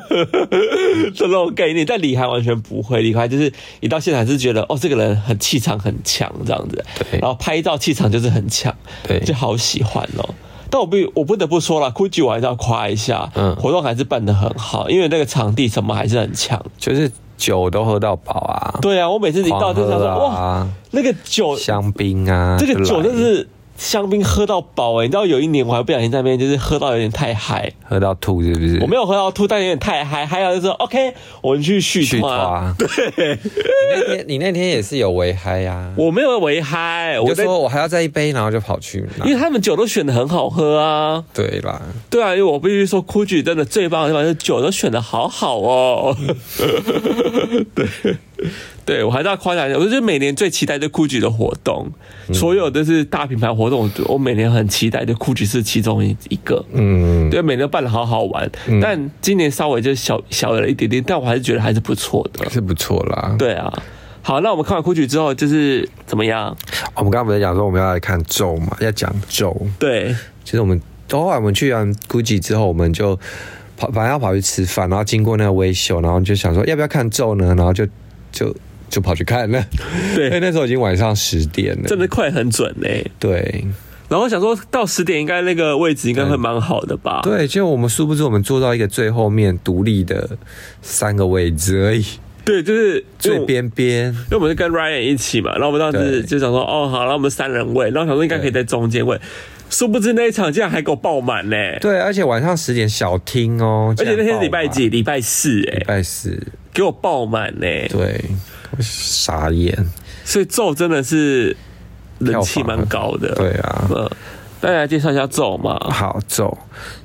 这种概念，但李涵完全不会。李涵就是一到现场是觉得，哦，这个人很气场很强这样子，
对
然后拍照气场就是很强，
对
就好喜欢哦。但我不我不得不说了，GUCCI 我还是要夸一下，
嗯
活动还是办得很好，因为那个场地什么还是很强。
就是酒都喝到饱啊，
对啊，我每次一到就想说，
狂喝啊
哇，那个酒
香槟啊，
这个酒
就
真
来
是香槟喝到饱哎、你知道有一年我还不小心在那边就是喝到有点太嗨，
喝到吐，是不是？
我没有喝到吐，但有点太嗨。还有就是 OK，我们去续
去
团。
花。对，你那天你那天也是有微嗨呀、啊。
我没有为嗨，
我
我
就
在，
说我还要再一杯，然后就跑去拿
因。为他们酒都选的很好喝啊。
对啦，
对啊，因为我必须说，GUCCI 真的最棒的地方就是酒都选的好好哦。
嗯
对，对我还是要夸奖一下，我就觉得每年最期待就 GUCCI 的活动，
嗯
所有都是大品牌活动，我我每年很期待，就 GUCCI 是其中一一个。
嗯，
对，每年都办的好好玩，但今年稍微就小小了一点点，但我还是觉得还是不错的。
是不错啦。
对啊，好，那我们看完哭曲之后就是怎么样？
我们刚刚不是讲说我们要来看咒嘛，要讲咒。
对，
其实我们后来我们去完 GUCCI 之后，我们就跑，反正要跑去吃饭，然后经过那个微秀，然后就想说要不要看咒呢？然后就就就跑去看了。
对
因为那时候已经晚上十点了，
真的快很准哎、
对
然后我想说到十点应该那个位置应该会蛮好的吧？
对，结果我们殊不知我们坐到一个最后面独立的三个位置而已，
对，就是
最。边边。
因为我们是跟 Ryan 一起嘛，然后我们当时
对
就想说，哦，好，那我们三人位，然后想说应该可以在中间位，殊不知那一场竟然还给我爆满呢、
对，而且晚上十点小厅哦，
而且那天是礼拜
竟
几？礼拜四哎、
然爆满？礼拜四。
给我爆满欸呢、
对，我傻眼。
所以咒真的是人气蛮高的。
对，啊，
嗯，大家来介绍一下咒嘛。
好咒，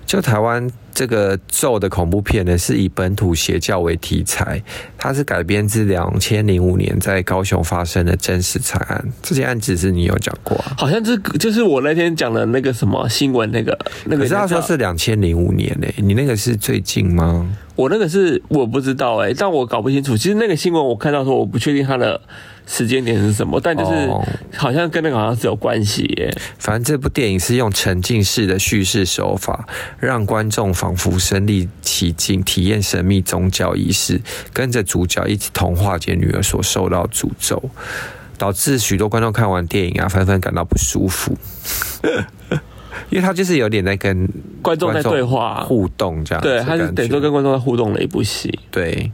就台湾这个咒的恐怖片呢，是以本土邪教为题材，它是改编自两千零五年在高雄发生的真实惨案。这件案子是你有讲过啊？
好像这个就是我那天讲的那个什么新闻，那个那
可
个
是他
叫
说是两千零五年呢、你那个是最近吗？
我那个是我不知道哎、但我搞不清楚。其实那个新闻我看到说，我不确定它的时间点是什么，但就是
哦
好像跟那个好像是有关系耶、
反正这部电影是用沉浸式的叙事手法，让观众仿佛身临其境，体验神秘宗教仪式，跟着主角一起同化解女儿所受到诅咒，导致许多观众看完电影啊，纷纷感到不舒服。 因为他就是有点在跟
观众在对话，
互动这样子
对，
的
他
感觉，
是等于说跟观众在互动的一部戏。
对。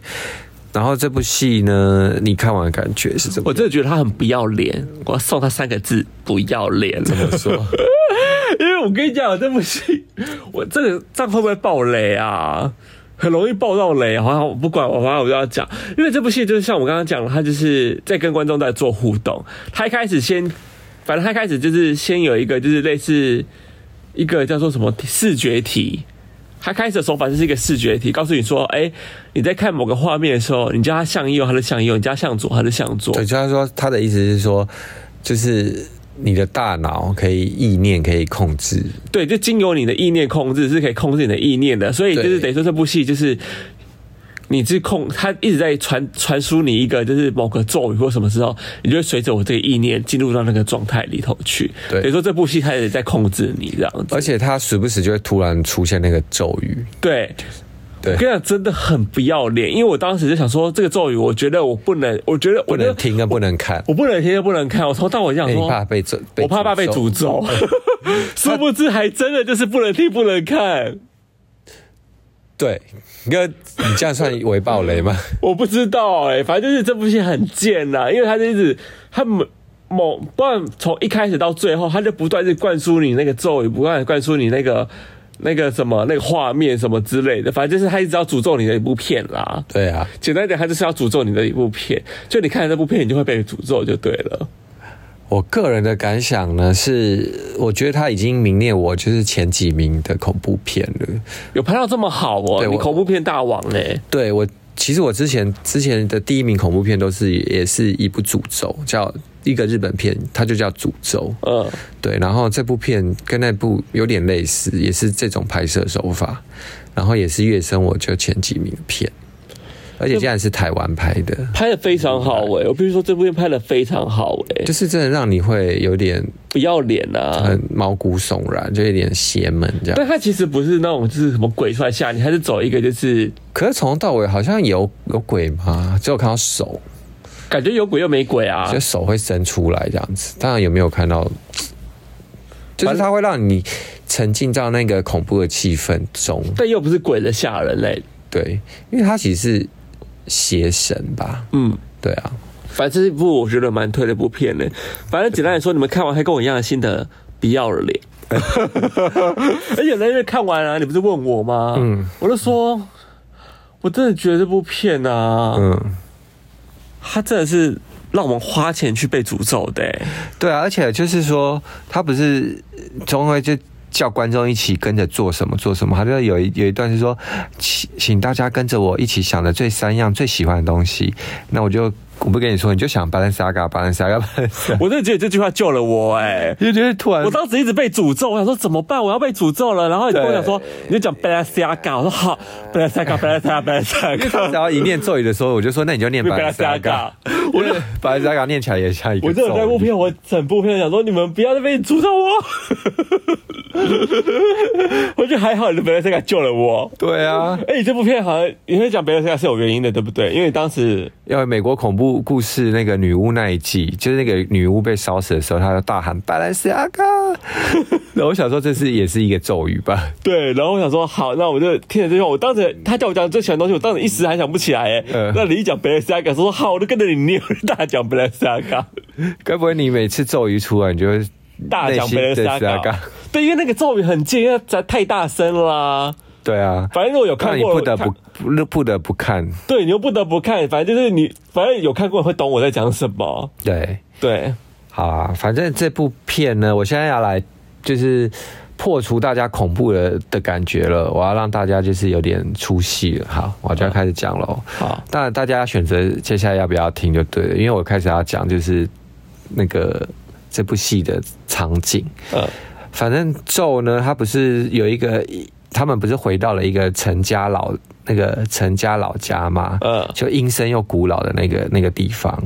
然后这部戏呢，你看完的感觉是怎么
我
样？
真的觉得他很不要脸，我要送他三个字：不要脸。
我说，
因为我跟你讲，我这部戏，我这个这样会不会爆雷啊？很容易爆到雷，好像我不管我，反正我就要讲，因为这部戏就是像我刚刚讲的，他就是在跟观众在做互动。他一开始先，反正他一开始就是先有一个就是类似一个叫做什么视觉题，他开始的手法就是一个视觉题，告诉你说，哎、你在看某个画面的时候，你叫他向右，他就向右；你叫他向左，他就向左。
对，就他说他的意思是说，就是你的大脑可以意念可以控制，
对，就经由你的意念控制是可以控制你的意念的，所以就
对
是等于说这部戏就是你是控，它一直在传传输你一个就是某个咒语或什么时候，你就会随着我这个意念进入到那个状态里头去。
对哎
等于说这部戏开始在控制你这样子，
而且他时不时就会突然出现那个咒语。
对。
对
我跟你讲，真的很不要脸，因为我当时就想说，这个咒语，我觉得我不能，我觉得我
不
觉
能
得
听跟不能看，
我不能听，又不能看，我从头到尾就想
因为
说，
你怕被咒，
我怕怕被
诅咒。
诅咒， 殊不知还真的就是不能听，不能看。
对，哥，你这样算为暴雷 吗？
我不知道哎、反正就是这部戏很贱呐、因为他就一直他猛猛，不然从一开始到最后，他就不断是灌输你那个咒语，不断地灌输你那个那个什么那个画面什么之类的，反正就是他一直要诅咒你的一部片啦。
对啊，
简单一点，他就是要诅咒你的一部片，就你看了这部片，你就会被诅咒就对了。
我个人的感想呢是，我觉得他已经名列我就是前几名的恐怖片了。
有拍到这么好哦、
对我
你恐怖片大王欸嘞、
对我，其实我之前之前的第一名恐怖片都是也是一部诅咒，叫一个日本片，它就叫诅咒。
嗯，
对，然后这部片跟那部有点类似，也是这种拍摄手法，然后也是跃升我就前几名的片，而且竟然是台湾拍的，
拍的非常好哎、我必须说这部片拍的非常好哎、
就是真的让你会有点
不要脸啊呐、
很毛骨悚然，就有点邪门这样。
但他其实不是那种就是什么鬼出来吓你，他是走一个就是
可是从头到尾好像有有鬼吗？只有看到手，
感觉有鬼又没鬼啊
就，手会伸出来这样子，当然有没有看到，就是它会让你沉浸到那个恐怖的气氛中。
但又不是鬼的吓人类。
对，因为它其实是邪神吧？
嗯，
对啊。
反正这部我觉得蛮推的一部片呢。反正简单来说，你们看完还跟我一样的心得，不要脸。 而且那天看完啊，你不是问我吗？嗯，我就说，我真的觉得这部片啊，
嗯
它真的是让我们花钱去被诅咒的欸、，
对啊，而且就是说，他不是总会就叫观众一起跟着做什么做什么，他就有一有一段是说，请请大家跟着我一起想的最三样最喜欢的东西，那我就我不跟你说，你就想 Balenciaga Balenciaga Balenciaga，
我真的觉得这句话救了我哎、
就觉得突然
我当时一直被诅咒，我想说怎么办？我要被诅咒了。然后你跟我
对
讲说，你就讲 Balenciaga，我说好，Balenciaga，Balenciaga，Balenciaga。
只要一念咒语的时候，我就说那你就念
Balenciaga，
Balenciaga，
我就
把这个念起来也像一个
我这
咒
有那部
语。
片，我整部片想说，你们不要在那边诅咒我。 我觉得还好，你的贝勒塞卡救了我。
对啊，
哎、你这部片好像你会讲贝勒塞卡是有原因的，对不对？因为当时
因为美国恐怖故事那个女巫那一季，就是那个女巫被烧死的时候，她就大喊“巴兰西阿卡”， 然后我想说这是也是一个咒语吧？
对，然后我想说，好，那我就听了这句话。我当时他叫我讲最喜欢的东西，我当时一时还想不起来。哎、
嗯
那你一讲贝勒塞卡，说好，我就跟着你念，我就大讲贝勒塞卡。
该不会你每次咒语出来，你就会
大
内
奖
心
贝勒
的
萨
阿
嘎
嘎？，
对，因为那个咒语很近，因为它太大声啦。
对啊，
反正如果有
那
看
你
过，
不得
看
不不不得不看，
对，你又不得不看，反正就是你，反正有看过会懂我在讲什么。
对。
对，
好啊，反正这部片呢，我现在要来就是破除大家恐怖的的感觉了，我要让大家就是有点出戏了。好，我就要开始讲喽。
好，
当然大家要选择接下来要不要听就对了，因为我开始要讲就是那个这部戏的场景。
嗯，
反正咒呢，他不是有一个，他们不是回到了一个陈家老那个陈家老家吗？
嗯
就阴森又古老的那个那个地方。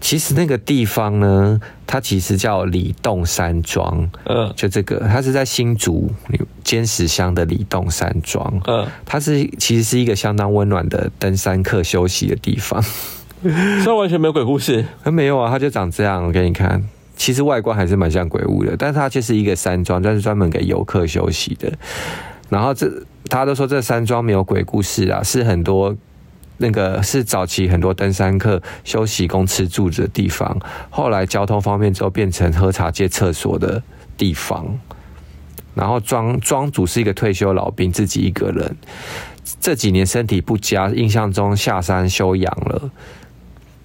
其实那个地方呢，它其实叫里洞山庄，
嗯
就这个，它是在新竹尖石乡的里洞山庄。
嗯，
它是其实是一个相当温暖的登山客休息的地方。
虽然完全没有鬼故事，
啊，没有啊，它就长这样。我给你看，其实外观还是蛮像鬼屋的，但是它就是一个山庄，但是专门给游客休息的。然后这大家都说这山庄没有鬼故事啊，是很多那个是早期很多登山客休息供吃住的地方，后来交通方便之后变成喝茶借厕所的地方。然后庄庄主是一个退休老兵，自己一个人。这几年身体不佳，印象中下山休养了，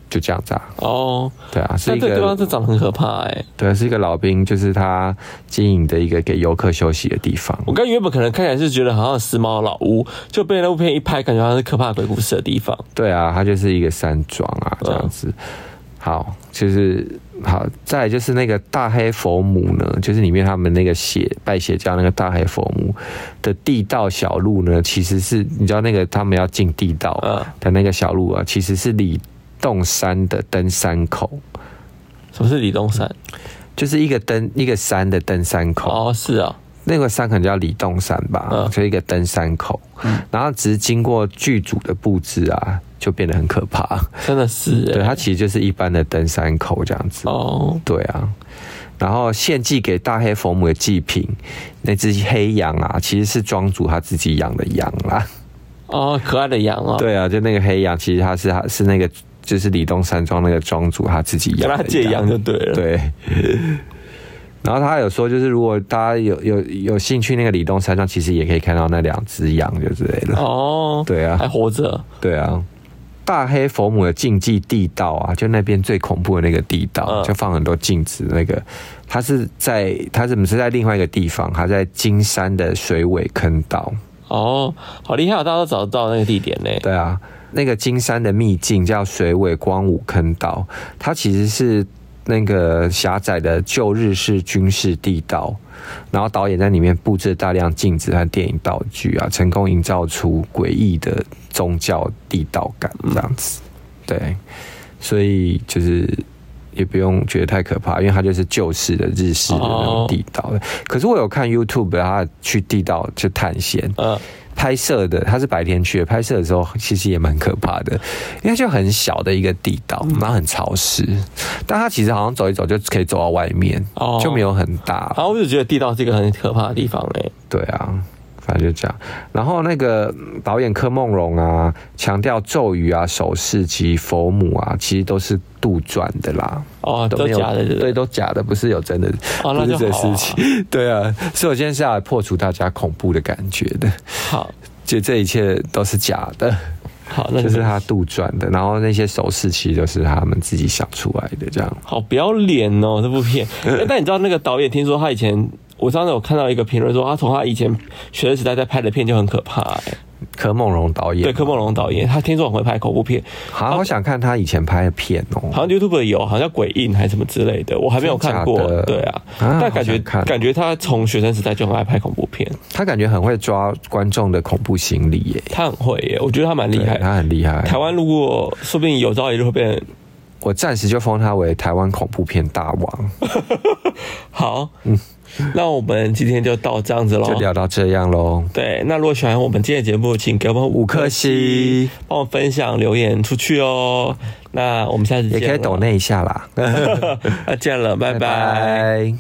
就这样子啊。
哦，
对啊，是
但
一
这个地方
个
是长得很可怕哎、
对啊，是一个老兵，就是他经营的一个给游客休息的地方。
我刚原本可能看起来是觉得好像时髦的老屋，就被那部片一拍，感觉好像是可怕的鬼故事的地方。
对啊，它就是一个山庄啊，这样子。好，就是好，再来就是那个大黑佛母呢，就是里面他们那个邪拜邪教那个大黑佛母的地道小路呢，其实是你知道那个他们要进地道
嗯
的那个小路啊，其实是里洞山的登山口，
什么是李东山？
就是一个登一个山的登山口。
哦，是啊，
那个山可能叫李洞山吧，
嗯
就一个登山口。然后只是经过剧组的布置啊，就变得很可怕。
真的是、欸。
对，它其实就是一般的登山口这样子。
哦，
对啊。然后献祭给大黑佛母的祭品，那只黑羊啊，其实是庄主他自己养的羊啦。
哦，可爱的羊哦，，
对啊，就那个黑羊，其实它是它是那个就是李洞山庄那个庄主他自己养的
跟他借羊就对 了。，
对。然后他有说，就是如果大家有有有兴趣，那个李东山庄其实也可以看到那两只羊，就之类的。
哦，
对啊
还活着。
对啊，大黑佛母的禁忌地道啊，就那边最恐怖的那个地道，
嗯
就放很多镜子。那个它是在它怎么是在另外一个地方？它在金山的水尾坑道。
哦，好厉害哦，大家都找得到那个地点呢。
对啊，那个金山的秘境叫水尾光武坑道，它其实是那个狭窄的旧日式军事地道，然后导演在里面布置大量镜子和电影道具啊，成功营造出诡异的宗教地道感，这样子。对，所以就是。也不用觉得太可怕，因为它就是旧式的日式的那种地道的。可是我有看 YouTube，他去地道去探险，
嗯，
拍摄的，他是白天去的，拍摄的时候其实也蛮可怕的，因为它就很小的一个地道，
嗯
然后很潮湿，但它其实好像走一走就可以走到外面，
哦
就没有很大。
然后我就觉得地道是一个很可怕的地方嘞。
对啊，反正就这样。然后那个嗯导演柯梦荣啊，强调咒语啊、手势及佛母啊，其实都是杜撰的啦。
哦，都
没有
假的，
对，都假的，不是有真的，
哦那
不是
就
这
好
事
啊
情， 对啊，所以我今天是要来破除大家恐怖的感觉的，
好，
就这一切都是假的。
好，那
就是
他
他杜撰的，然后那些手势其实都是他们自己想出来的，这样。
好不要脸哦，这 部片。诶但你知道那个导演，听说他以前，我上次有看到一个评论说，他从他以前学生时代在拍的片就很可怕、诶
柯梦荣导演，
对，柯梦龙导演，他听说很会拍恐怖片，
好，我想看他以前拍的片
好
哦。
像 YouTube 有，好像叫鬼印还是什么之类的，我还没有看过
真的假的。
对啊，
啊
但感
好
觉
想看哦
感觉他从学生时代就很爱拍恐怖片，
他感觉很会抓观众的恐怖心理耶，
他很会耶，我觉得他蛮厉害
对
的。
他很厉害。
台湾如果说不定有朝一日会变
我暂时就封他为台湾恐怖片大王，
好，那我们今天就到这样子喽
嗯就。聊到这样喽。
对，那如果喜欢我们今天的节目，请给我们
五
五
颗
颗星，
星，
帮我们分享留言出去哦。那我们下次
也
见
可以抖
了，
那一下啦。
那见了，拜拜。
拜